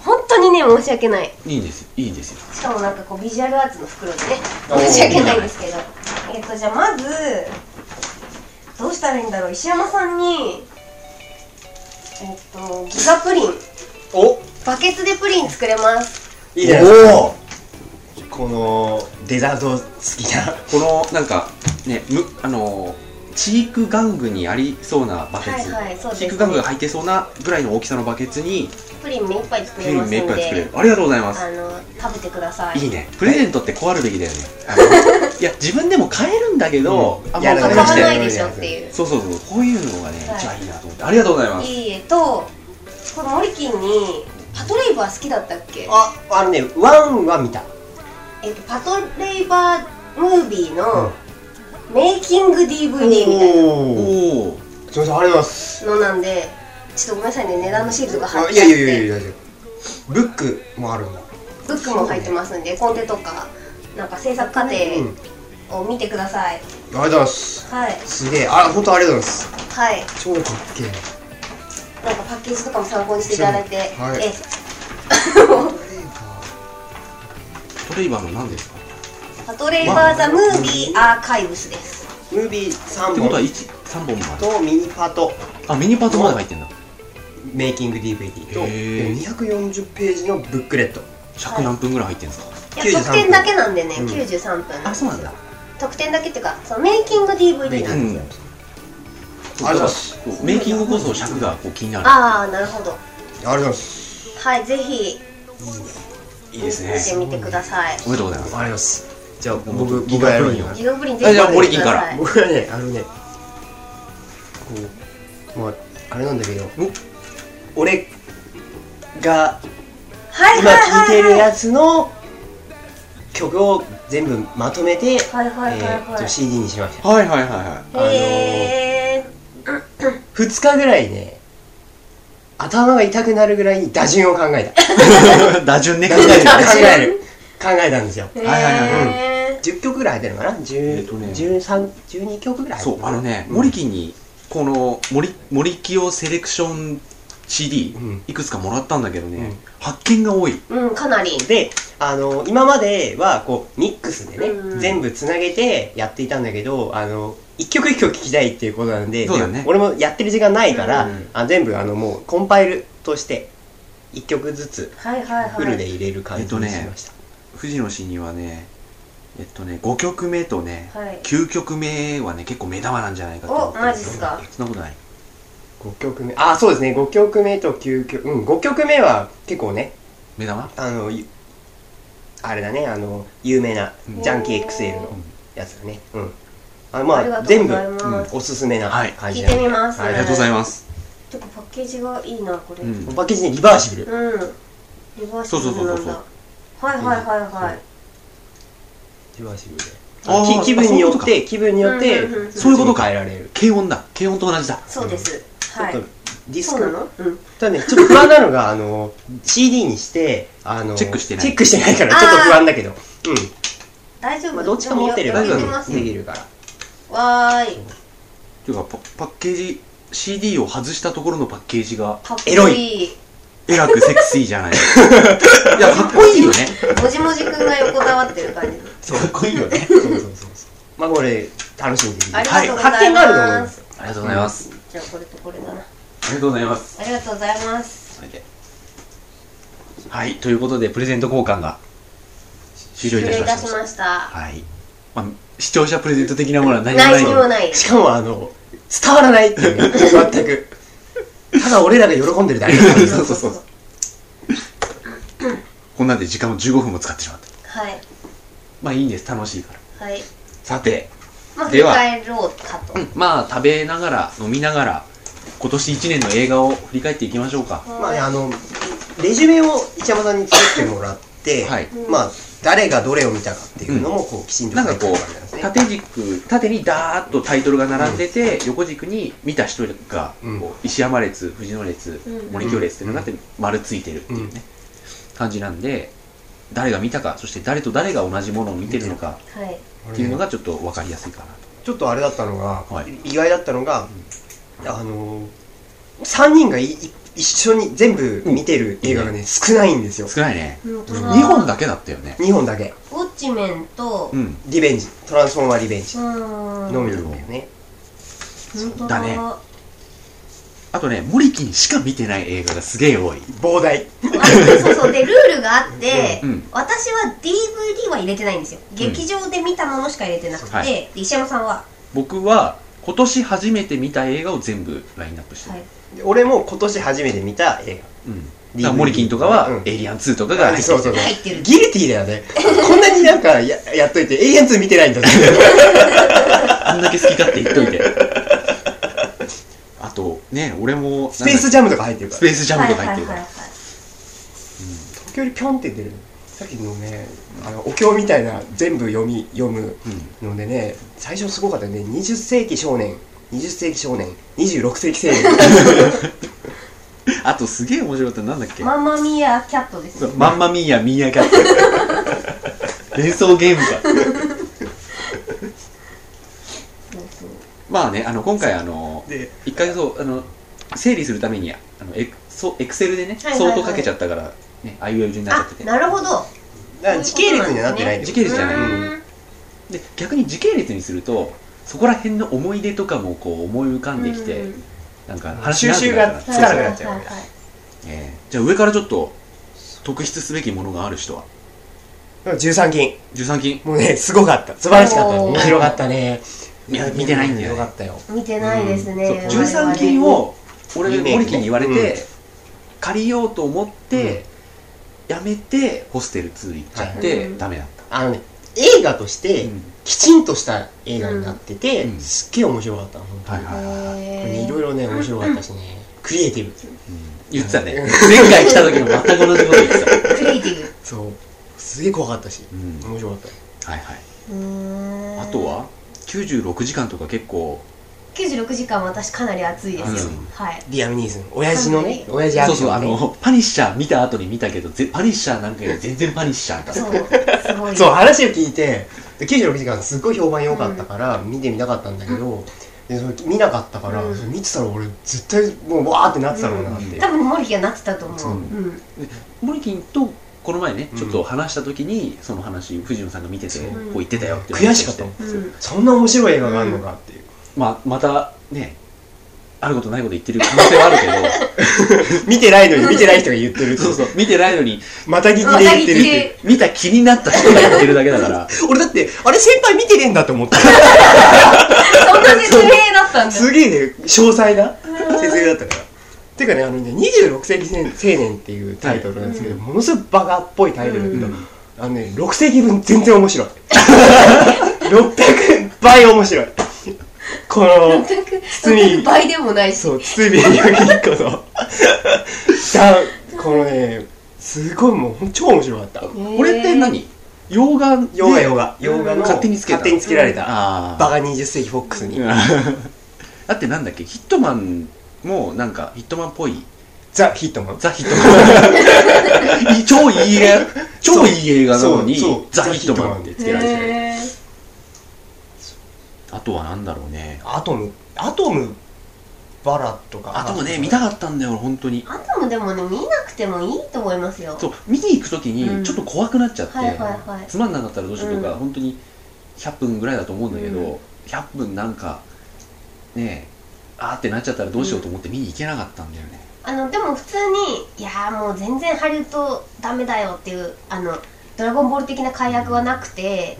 Speaker 1: 本当にね申し訳ない
Speaker 2: いいんですよいいんですよ
Speaker 1: しかもなんかこうビジュアルアーツの袋でね
Speaker 3: おー
Speaker 1: 申し訳ないんですけどえっとじゃあまずどうしたらいいんだろう石山さんにえっとギガプリン
Speaker 3: お
Speaker 1: バケツでプリン作れます
Speaker 3: いいじゃないですかこのデザート好きな
Speaker 2: このなんかねむあのーチーク玩具にありそうなバケツ、
Speaker 1: はいはいそうです
Speaker 2: チーク玩具が入ってそうなぐらいの大きさのバケツに
Speaker 1: プリン目いっぱい作
Speaker 2: プ
Speaker 1: れ
Speaker 2: リ
Speaker 1: ま
Speaker 2: ン
Speaker 1: す
Speaker 2: 目いっ
Speaker 1: ん
Speaker 2: ぱい作れ
Speaker 1: で
Speaker 2: るありがとうございます
Speaker 1: あの食べてください
Speaker 2: いいねプレゼントってこうあるべきだよねあのいや自分でも買えるんだけど、
Speaker 3: うん
Speaker 2: あん
Speaker 3: いや
Speaker 2: まお
Speaker 3: だ
Speaker 1: 買
Speaker 2: 金
Speaker 3: か
Speaker 1: わ
Speaker 2: 出して
Speaker 3: ら
Speaker 1: ないでしょっていう
Speaker 2: そうそうそうこういうのがね、
Speaker 1: はい
Speaker 2: 一番いいなと思ってありがとうございます
Speaker 1: いいえとこのモリキンにパトレイバー好きだったっけ
Speaker 3: ああのねワンは見た
Speaker 1: えっと、パトレイバームービーの
Speaker 3: う
Speaker 1: メイキング DVD
Speaker 3: ん
Speaker 1: みたいな
Speaker 2: お
Speaker 3: おー
Speaker 2: お
Speaker 3: すいませんありがとうございます
Speaker 1: のなんでちょっとごめんなさいね値段のシールとか貼っ
Speaker 3: あい
Speaker 1: ちゃ
Speaker 3: や
Speaker 1: っ
Speaker 3: いやいやい
Speaker 1: て
Speaker 3: や大丈夫ブックもあるんだ
Speaker 1: ブックも入ってますんでコンテとかなんか制作過程
Speaker 3: うんありがと
Speaker 1: を見てくださいう
Speaker 3: ございます
Speaker 1: はい
Speaker 3: すげえあ本当ありがとうございます
Speaker 1: はい
Speaker 3: 超かっけえ
Speaker 1: なんかパッケージとかも参考にしていただいて、
Speaker 3: はい
Speaker 1: え
Speaker 2: トレイバーの何ですかっ
Speaker 1: パトレイバー・ザ・ムービー・アーカイブスです
Speaker 3: ムービー3
Speaker 2: てことは
Speaker 3: 本
Speaker 2: 一三本もある
Speaker 3: とミニパート
Speaker 2: あミニパートまで入ってんだ
Speaker 3: メイキング DVD と
Speaker 2: へー
Speaker 3: 240ページのブックレット
Speaker 2: 尺何分ぐらい入ってんですか、
Speaker 1: いや
Speaker 3: 93
Speaker 1: 得点だけなんでね、
Speaker 3: うん
Speaker 1: 93分
Speaker 2: あそうなんだ
Speaker 1: 得点だけっていうかそのメイキング DVD なんで
Speaker 2: うん
Speaker 3: ありがとうございます
Speaker 2: そうメイキングこそ尺がこう気になる
Speaker 1: ああなるほど
Speaker 3: ありがとうございます
Speaker 1: はいぜひ
Speaker 2: いいですね
Speaker 1: 見てみてください。
Speaker 2: おめでとうございます
Speaker 3: ありがとうございますじゃあ僕
Speaker 2: 僕
Speaker 3: 僕がやるん
Speaker 2: ギガブ
Speaker 3: よ
Speaker 1: ギ
Speaker 2: リ
Speaker 1: ガブリンぜ
Speaker 2: あ
Speaker 1: ひ
Speaker 2: じゃあ
Speaker 1: 食べてください
Speaker 3: 僕はねあのねこうまああれなんだけど
Speaker 2: お
Speaker 3: 俺が
Speaker 1: はい
Speaker 3: 今聴いてる
Speaker 1: はい
Speaker 3: やつの曲を全部まとめて、
Speaker 1: はいはいはい
Speaker 3: えー
Speaker 1: は
Speaker 3: と CD にしました
Speaker 2: はいはいはいはい
Speaker 3: あの
Speaker 1: い。へ
Speaker 3: 2日ぐらいね頭が痛くなるぐらいに打順を考え た
Speaker 2: 打順ね
Speaker 3: 打順を考
Speaker 1: 打
Speaker 3: える考えたんですよ
Speaker 1: え。
Speaker 2: はいはいはい
Speaker 1: へー
Speaker 3: 10曲ぐらい入ってるのかな、
Speaker 2: えっと
Speaker 3: 10
Speaker 2: ね
Speaker 3: 13 12曲ぐらい
Speaker 2: そうあのね
Speaker 3: うん
Speaker 2: 森木にこの森森木をセレクション CD
Speaker 3: うん
Speaker 2: いくつかもらったんだけどね、
Speaker 3: うん
Speaker 2: 発見が多い
Speaker 1: うん、かなり。
Speaker 3: であの今まではこうミックスでね、
Speaker 1: うん
Speaker 3: 全部つなげてやっていたんだけどあの一曲一曲聴きたいっていうことなんで
Speaker 2: そうだね
Speaker 3: で俺もやってる時間ないから、
Speaker 2: うん
Speaker 3: あ全部あのもうコンパイルとして一曲ずつ
Speaker 1: はいはいはい。
Speaker 3: フルで入れる感じにしました、
Speaker 2: 藤野氏にはねえっとね5曲目とね、
Speaker 1: はい。
Speaker 2: 9曲目はね結構目玉なんじゃないかと思
Speaker 1: お、
Speaker 2: って
Speaker 1: マジっすか。
Speaker 2: そんなことない
Speaker 3: 5曲目あそうですね5曲目と9曲うん5曲目は結構ね
Speaker 2: 目玉
Speaker 3: あのゆあれだねあの有名な
Speaker 2: うん
Speaker 3: ジャンキー XL の
Speaker 2: うん
Speaker 3: やつだねうんあま
Speaker 1: ありがと
Speaker 3: あ
Speaker 1: う
Speaker 3: 全部、
Speaker 1: ございます
Speaker 3: うんおすすめな
Speaker 2: はい
Speaker 3: 感じ
Speaker 1: 聞い
Speaker 3: なんで
Speaker 1: てみます。
Speaker 3: は
Speaker 2: ありがとうございます、
Speaker 1: す。てかパッケージがいいな、これ。
Speaker 2: う
Speaker 1: うん。リ
Speaker 2: ん、
Speaker 3: パッケージにリバーシブル
Speaker 1: バーシブル
Speaker 2: そうそうそう
Speaker 1: なん
Speaker 2: そうそう
Speaker 1: だ。はいはいはいはい。
Speaker 3: リバーシブルで
Speaker 2: あー
Speaker 3: き気分によ
Speaker 2: あ
Speaker 3: っ
Speaker 2: そうい
Speaker 3: て気分によっ
Speaker 1: うんうんうん
Speaker 3: て
Speaker 2: そういうことか
Speaker 3: 変えられる
Speaker 2: 軽音だ軽音と同じだ
Speaker 1: そうです。
Speaker 3: ちょ
Speaker 1: は
Speaker 3: っ
Speaker 1: い
Speaker 3: と。ディス
Speaker 1: そうな
Speaker 3: ク
Speaker 1: のうん。
Speaker 3: ただねちょっと不安なのがあの CD にしてあの
Speaker 2: チェックしてない
Speaker 3: チェックしてないからちょっと不安だけどう
Speaker 1: 大丈
Speaker 3: ん
Speaker 1: 夫
Speaker 3: まあどっちか持ってれば
Speaker 1: や
Speaker 2: 大
Speaker 1: っ
Speaker 2: 丈
Speaker 1: て
Speaker 2: 夫
Speaker 1: みます
Speaker 3: で
Speaker 1: よ
Speaker 3: きるから
Speaker 1: わーい。
Speaker 2: っていうかパパッケージ CD を外したところのパッケージが
Speaker 1: かっこいい。
Speaker 3: エロ
Speaker 2: えらくセクシーじゃないいやかっこいいよね
Speaker 1: もじもじくんが横たわってる感じ。
Speaker 2: かっこいいよね
Speaker 3: そうそうそうそうまあこれ楽しんでいい
Speaker 1: ありがとうございます。
Speaker 3: 発見があると思うんですよ
Speaker 2: ありがとうございます
Speaker 1: じゃあこれとこれだな。
Speaker 2: ありがとうございます
Speaker 1: ありがとうございます。
Speaker 2: それではいということでプレゼント交換が終了いたしました
Speaker 1: 失礼いたしました。
Speaker 2: はい、まあ、視聴者プレゼント的なものは何もな
Speaker 1: 何
Speaker 2: い
Speaker 1: にもない。
Speaker 3: しかもあの伝わらないっていうね全くただ俺らが喜んでるだけなんです
Speaker 2: そうそうそう。こんなんで時間を15分も使ってしまった
Speaker 1: はい。
Speaker 2: まあいいんです楽しいから
Speaker 1: はい。
Speaker 2: さて
Speaker 1: まあ、振り
Speaker 2: では
Speaker 1: 返ろうかと。
Speaker 2: まあ食べながら飲みながら今年1年の映画を振り返っていきましょうか
Speaker 3: まあね、あの、レジュメを市山さんに作ってもらって、
Speaker 2: はい
Speaker 3: まあ、誰がどれを見たかっていうのも、こう、きちんと
Speaker 2: なん
Speaker 3: 書
Speaker 2: か
Speaker 3: いて
Speaker 2: こ
Speaker 3: もらったんです
Speaker 2: う
Speaker 3: ね。
Speaker 2: 縦軸縦にダーッとタイトルが並んでて、横軸に見た人がこう、
Speaker 3: うん
Speaker 2: 石山列藤野列
Speaker 1: うん
Speaker 2: 森京列っていうのがあって丸ついてるっていうね、
Speaker 3: うん
Speaker 2: 感じなんで誰が見たかそして誰と誰が同じものを見てるのか
Speaker 1: はい。
Speaker 2: っていうのがちょっと分かりやすいかなと
Speaker 3: ちょっとあれだったのが、
Speaker 2: はい
Speaker 3: 意外だったのが、あの3人がいい一緒に全部見てる映画がね、少ないんですよ
Speaker 2: 少ないね
Speaker 1: 本当
Speaker 2: 2本だけだったよね
Speaker 3: 2本だけ
Speaker 1: ウォッチメンと、
Speaker 2: う
Speaker 1: うん
Speaker 3: 「リベンジ」「トランスフォーマーリベンジ」
Speaker 1: ーん。
Speaker 3: のみなんだよね
Speaker 1: 本当
Speaker 2: だねあとね森木にしか見てない映画がすげえ多い
Speaker 3: 膨大
Speaker 1: あそうそうでルールがあって、
Speaker 2: うん
Speaker 1: 私は DVD は入れてないんですよ劇場で見たものしか入れてなくて、
Speaker 2: はい
Speaker 1: で石山さんは、
Speaker 2: 僕は今年初めて見た映画を全部ラインナップしてる、
Speaker 1: はい、
Speaker 3: で俺も今年初めて見た映
Speaker 2: うん、だ
Speaker 3: DVD
Speaker 2: からモリキンとかは、
Speaker 3: うん
Speaker 2: エイリアン2とか
Speaker 3: 画
Speaker 2: が入ってきて
Speaker 3: そうそう
Speaker 1: 入って
Speaker 3: そ
Speaker 1: る
Speaker 3: うギルティーだよねこんなになんかややっといて永遠2見てない んだって
Speaker 2: あんだけ好き勝手言っとい てあとね俺も
Speaker 3: スペースジャムとか入ってるか
Speaker 2: ス
Speaker 3: ら
Speaker 2: ペースジャムとか入ってるか
Speaker 1: はいはい
Speaker 2: ら
Speaker 1: はい
Speaker 3: 時折ピョンって出るさっきのねあのお経みたいな全部読み読むのでね最初すごかったよね20世紀少年20世紀少年26世紀 青年
Speaker 2: うんあとすげえ面白かったのなんだっけ
Speaker 1: ママミアキャットです
Speaker 2: そ
Speaker 1: ね
Speaker 2: うマンマミーヤミーヤキャット連想ゲームが
Speaker 1: そうそう
Speaker 2: まあねあの今回あの
Speaker 3: で
Speaker 2: 一回そうあの整理するためにあのエクそうエクセルでね
Speaker 1: はいはいはい
Speaker 2: 相当かけちゃったからねああいう順になっちゃ
Speaker 1: あ
Speaker 2: ってて
Speaker 1: なるほど
Speaker 3: だから時系列にはなってないんだ
Speaker 2: 時
Speaker 3: よ
Speaker 2: 系列じゃない、
Speaker 1: う
Speaker 3: うん
Speaker 1: ーん
Speaker 2: で逆に時系列にするとそこら辺の思い出とかもこう思い浮かんできて、
Speaker 1: うん
Speaker 2: なんか
Speaker 3: 収集が
Speaker 2: 話
Speaker 3: つ
Speaker 2: にな
Speaker 3: かな
Speaker 2: る
Speaker 3: く
Speaker 2: から
Speaker 3: なっちゃう
Speaker 1: はいはいはい
Speaker 2: えーじゃあ上からちょっと特筆すべきものがある人は
Speaker 3: 13金
Speaker 2: 13金
Speaker 3: もうねすごかった素晴らしかった
Speaker 1: おー
Speaker 3: 面白かったね
Speaker 2: いや見てないんだよね
Speaker 3: よかったよ
Speaker 1: 見てないですね、我々
Speaker 2: 13金を俺
Speaker 3: リメイクね
Speaker 2: 森木に言われて、
Speaker 3: うん
Speaker 2: 借りようと思って、やめてホステル2行っちゃって、
Speaker 1: はい
Speaker 2: ダメだった、
Speaker 3: あのね映画として
Speaker 2: うん
Speaker 3: きちんとした映画になってて、
Speaker 2: うん
Speaker 3: すっげえ面白かった本当
Speaker 2: はい
Speaker 3: に、
Speaker 2: はいはいはい、
Speaker 1: へ
Speaker 3: こ
Speaker 1: ー
Speaker 3: れねいろいろね面白かったしね、クリエイティブ
Speaker 2: 言ってたね前回来た時も全く同じこと言ってた、
Speaker 1: クリエイティブ
Speaker 3: そうすげえ怖かったし
Speaker 2: うん
Speaker 3: 面白かった
Speaker 2: はいはいう
Speaker 1: ーん
Speaker 2: あとは96時間とか結構
Speaker 1: 96時間は私かなり暑いですよ、
Speaker 2: うん
Speaker 1: はい
Speaker 3: リアム・ニーズン親父のね
Speaker 1: はい
Speaker 3: 親父
Speaker 2: そうそう、あ
Speaker 3: ね
Speaker 2: の、パニッシャー見た後に見たけど、ぜパニッシャーなんかより全然パニッシャーだ
Speaker 1: そうすごい
Speaker 3: そう話を聞いてで96時間すっごい評判良かったから、見てみたかったんだけど、でそれ見なかったから、
Speaker 1: うん
Speaker 3: それ見てたら俺絶対もうわーってなってたろうなって、
Speaker 2: うん
Speaker 1: 多分モリキがなってたと
Speaker 2: そう
Speaker 1: 思ううん
Speaker 2: モリキンと、この前ね
Speaker 3: う、ん
Speaker 2: ちょっと話した時に、その話、藤野さんが見てて、
Speaker 3: そ
Speaker 2: こ
Speaker 3: う
Speaker 2: う言ってたよって
Speaker 3: 悔しかったもん、
Speaker 1: うん
Speaker 3: そんな面白い映画があるのかっていう、
Speaker 2: まあ、また、ね、あることないこと言ってる可能性はある
Speaker 3: 見てないのに見てない人が言ってる
Speaker 2: けど、そうそう、見てないのに、
Speaker 3: またぎきで言ってるっていう
Speaker 2: 見た気になった人が言ってるだけだから、
Speaker 3: 俺だってあれ先輩見てねえんだと思 って
Speaker 1: そんな説明だったんだ
Speaker 3: すげえね詳細な説明だったからていうかねあのね「26世紀青年」っていうタイトルなんですけど、ものすごいバカっぽいタイトルだけど、
Speaker 2: うん
Speaker 3: あのね6世紀分全然面白い 600倍面白いこの
Speaker 1: 全く
Speaker 3: 包み
Speaker 1: 倍でもないし
Speaker 3: そう堤幸彦のだこのねすごいもうほん超面白かった
Speaker 2: これって何洋画で
Speaker 3: 洋画洋画洋画の
Speaker 2: 勝手につけた
Speaker 3: 勝手につけられた、
Speaker 2: あ
Speaker 3: バカ20世紀フォックスに、
Speaker 2: ー。 だってなんだっけ、ヒットマンも、なんか、ヒットマンっぽい。
Speaker 3: ザ・ヒットマン
Speaker 2: ザ・ヒットマ ン超いい映画超いい映画なのに
Speaker 3: そうそう
Speaker 2: ザ・ヒットマンってつけられてる
Speaker 1: へー
Speaker 2: あとはなんだろうね
Speaker 3: アトムアトムバラとか
Speaker 2: あともね見たかったんだよ本当に
Speaker 1: あともでもね見なくてもいいと思いますよ
Speaker 2: そう見に行く時
Speaker 1: う
Speaker 2: に
Speaker 1: ん
Speaker 2: ちょっと怖くなっちゃって、
Speaker 1: はいはいはい
Speaker 2: つまんなかったらどうしようとか、
Speaker 1: うん
Speaker 2: 本当に100分ぐらいだと思うんだけど、
Speaker 1: うん
Speaker 2: 100分なんかねえあーってなっちゃったらどうしようと思って見に行けなかったんだよね、
Speaker 1: あのでも普通にいやーもう全然ハリウッドダメだよっていうあのドラゴンボール的な解約はなくて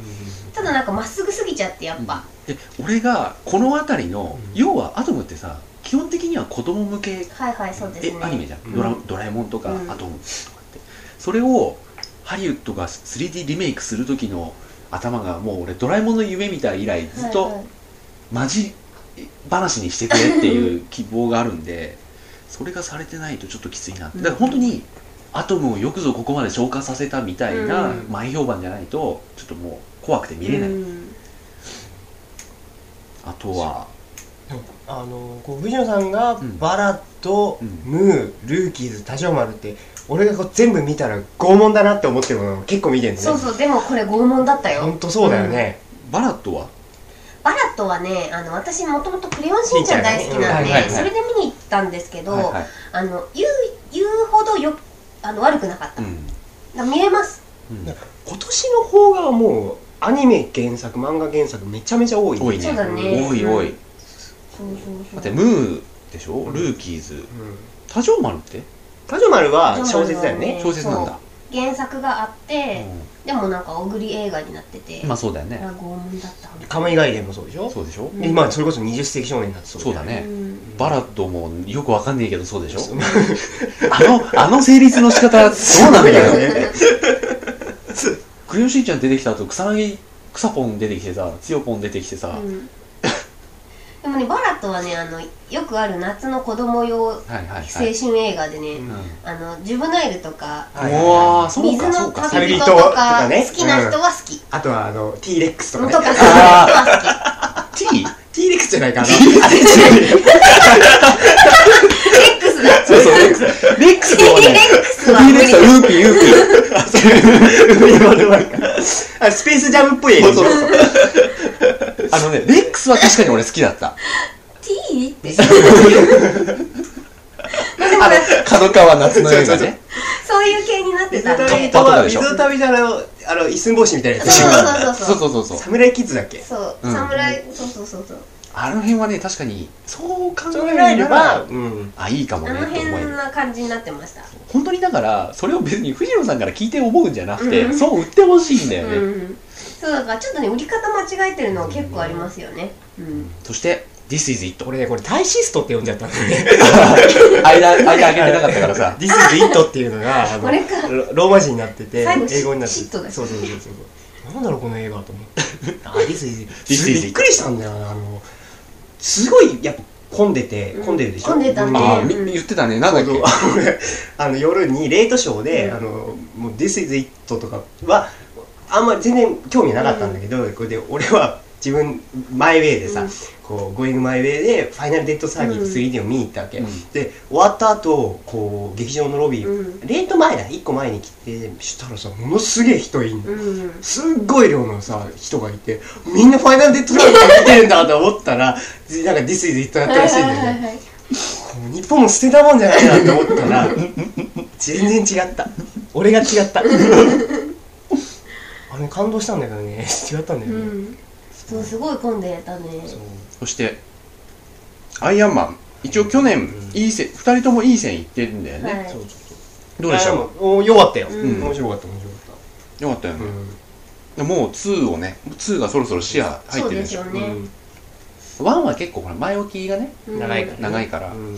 Speaker 1: ただなんかまっすぐすぎちゃってやっぱ、
Speaker 2: で俺がこの辺りの、
Speaker 3: うん
Speaker 2: 要はアトムってさ基本的には子供向け
Speaker 1: はいはいそうです
Speaker 2: え
Speaker 1: ね
Speaker 2: アニメじゃん、
Speaker 3: うん
Speaker 2: ドラドラえもんと
Speaker 1: う
Speaker 2: か、
Speaker 1: ん
Speaker 2: アトムとかってそれをハリウッドが 3D リメイクする時の頭がもう俺ドラえもんの夢見た以来ず
Speaker 1: は
Speaker 2: っ
Speaker 1: いは
Speaker 2: と
Speaker 1: い
Speaker 2: マジ話にしてくれっていう希望があるんでそれがされてないとちょっときついなってだから本当にアトムをよくぞここまで消化させたみたいな
Speaker 3: うん
Speaker 2: 前評判じゃないとちょっともう怖くて見れない、
Speaker 1: うん
Speaker 2: あとは
Speaker 3: あのこう藤野さんが
Speaker 2: ん
Speaker 3: 「バラッド」
Speaker 2: うん
Speaker 3: ムー」「ルーキーズ」「多少丸」って俺がこう全部見たら拷問だなって思ってるものを結構見てるんだね
Speaker 1: そうそうでもこれ拷問だったよ
Speaker 3: ほんとそうだよね、
Speaker 2: バラットは
Speaker 1: バラットはねあの私もともと「クレヨンしんちゃん」大好きなん
Speaker 2: はいはいはい
Speaker 1: でそれで見に行ったんですけど、
Speaker 2: はいはい
Speaker 1: あの言う言うほどよあの悪くなかった、
Speaker 2: う
Speaker 1: だか
Speaker 2: ん
Speaker 1: ら見えます
Speaker 2: うん
Speaker 3: なんか今年の方がもうアニメ原作漫画原作めちゃめちゃ多い
Speaker 2: 多いね
Speaker 1: そうだね
Speaker 2: 多い多い、
Speaker 1: うんそう
Speaker 2: だ
Speaker 1: そう
Speaker 2: っ
Speaker 1: そ
Speaker 2: て
Speaker 1: う
Speaker 2: ムーでしょ、
Speaker 3: ん
Speaker 2: ルーキーズ
Speaker 3: うん
Speaker 2: 多少丸って
Speaker 3: タジョマルは小説だよね
Speaker 1: えー
Speaker 2: 小説なんだ、
Speaker 1: 原作があって、でもなんか小栗映画になってて、
Speaker 2: うんまあそうだよ
Speaker 1: これ
Speaker 2: ね、
Speaker 1: は拷問だったわ
Speaker 3: カムイ外伝もそうでしょ
Speaker 2: そうでしょ
Speaker 1: う
Speaker 3: で今それこそ20世紀少年だってそう
Speaker 2: そうだね
Speaker 1: うん
Speaker 2: バラットもよくわかんねえけどそうでしょ
Speaker 3: そう
Speaker 2: あの、あの成立の仕方、どうなんだよ。
Speaker 3: ね
Speaker 2: クレヨンしんちゃん出てきた後、草薙、草ポン出てきてさ、つよポン出てきてさ、
Speaker 1: うんでもねバラットはねあのよくある夏の子供用青
Speaker 2: はいはいはい。
Speaker 1: 春映画でね、
Speaker 3: うん
Speaker 1: あのジュブナイルとか
Speaker 3: はい
Speaker 2: もうわーそう
Speaker 1: 水
Speaker 2: か、そう
Speaker 1: の
Speaker 2: か、
Speaker 3: 旅
Speaker 1: 旅人
Speaker 3: 人
Speaker 1: と
Speaker 3: とか
Speaker 1: か
Speaker 3: ね
Speaker 1: 好きな人は好き、
Speaker 3: あとはあの T レックスとかね
Speaker 1: とか好きな人は
Speaker 2: T?
Speaker 3: T レックスじゃないかな
Speaker 1: 好きレックスだ
Speaker 2: そうそう、レックス。レックス
Speaker 1: レ
Speaker 2: もね、
Speaker 1: ックス
Speaker 2: T
Speaker 1: は無
Speaker 2: レック
Speaker 1: 理
Speaker 2: スはウーピーウー
Speaker 3: あスペースジャムっぽい映画でしょ
Speaker 2: そうピ ー。あのね、レックスは確かに俺好きだった。
Speaker 1: T? って
Speaker 2: あの、角川夏の映
Speaker 3: そう
Speaker 2: 画
Speaker 3: そう
Speaker 2: ね。
Speaker 1: そういう系になって
Speaker 3: 水
Speaker 1: たんで
Speaker 2: 旅
Speaker 3: 旅
Speaker 2: 人
Speaker 3: 人
Speaker 2: は
Speaker 3: は水旅じゃないあの一寸帽子みたいなやつ
Speaker 1: そうそうそううそう
Speaker 2: そそそうそう。
Speaker 3: 侍キッズだっけ
Speaker 1: そう、
Speaker 2: うん
Speaker 1: 侍そうそうそうそう
Speaker 2: あの辺はね、確かに、そう考
Speaker 3: 侍
Speaker 2: えれ
Speaker 3: れば
Speaker 2: ば、
Speaker 3: うん
Speaker 2: あ、いいかも
Speaker 1: あ
Speaker 2: ね、
Speaker 1: の
Speaker 2: と思
Speaker 1: 辺
Speaker 2: える。
Speaker 1: な感じになってました
Speaker 2: 本当にだからそれを別に藤野さんから聞いて思うんじゃなくて、
Speaker 1: うん
Speaker 2: そう売ってほしいんだよね、
Speaker 1: うんそうだからちょっとね売り方間違えてるの結構ありますよねうん
Speaker 2: そして「This is it
Speaker 3: 俺ねこれタイシストって呼んじゃったんだよね」
Speaker 2: 間間上げてなかったからさ
Speaker 3: This is it っていうのがあの
Speaker 1: これか
Speaker 3: ロローマ字になってて
Speaker 1: 最後
Speaker 3: 英語になって
Speaker 1: シシットだよ
Speaker 3: そうそうそうそうそうなんだろうこの映画と思ってあ This is it
Speaker 2: This is it
Speaker 3: びっくりしたんだよなあのすごいやっぱ混んでて
Speaker 1: うん
Speaker 3: 混んでるでしょ
Speaker 1: 混んでたね
Speaker 2: ああ、
Speaker 1: うん
Speaker 2: み言ってたねなんだっけ
Speaker 3: そうそう俺あの夜にレートショーで「
Speaker 1: うん
Speaker 3: あのもう This is it」とかはあんまり全然興味なかったんだけど、これで俺は自分マイウェイでさ、
Speaker 1: うん
Speaker 3: こう「ゴーイングマイウェイ」で「ファイナルデッドサーキット
Speaker 1: うん
Speaker 3: 3D」を見に行ったわけ、
Speaker 2: うん
Speaker 3: で終わった後こう劇場のロビー、
Speaker 1: うん
Speaker 3: レート前だ1個前に来てしたらさものすげえ人いんの、
Speaker 1: うん
Speaker 3: すっごい量のさ人がいてみんな「ファイナルデッドサーキット」見てるんだと思ったらなんか「This is it」だったらしいんだよね
Speaker 1: はい
Speaker 3: こう日本も捨てたもんじゃないなって思ったら全然違った俺が違ったあれ感動したんだけどね違ったんだよ
Speaker 1: う
Speaker 3: ね、
Speaker 1: んそうすごい混んでたね
Speaker 3: そう
Speaker 2: そして「アイアンマン」一応去年いい線2人ともいい線いってるんだよね、
Speaker 1: はい
Speaker 3: そうそう
Speaker 2: どうでし
Speaker 3: あ
Speaker 2: た
Speaker 3: もおよかったよ、
Speaker 1: うん
Speaker 3: 面白かった面白かっ
Speaker 2: よかったよ
Speaker 3: た、
Speaker 2: ね、もう2をね2がそろそろ視野入っ
Speaker 1: そ
Speaker 2: て
Speaker 1: う
Speaker 2: る
Speaker 1: で
Speaker 2: ですしょ
Speaker 1: よね、
Speaker 2: 1は結構ほら前置きがね
Speaker 1: うん
Speaker 3: 長いから
Speaker 2: 長いから、
Speaker 3: うん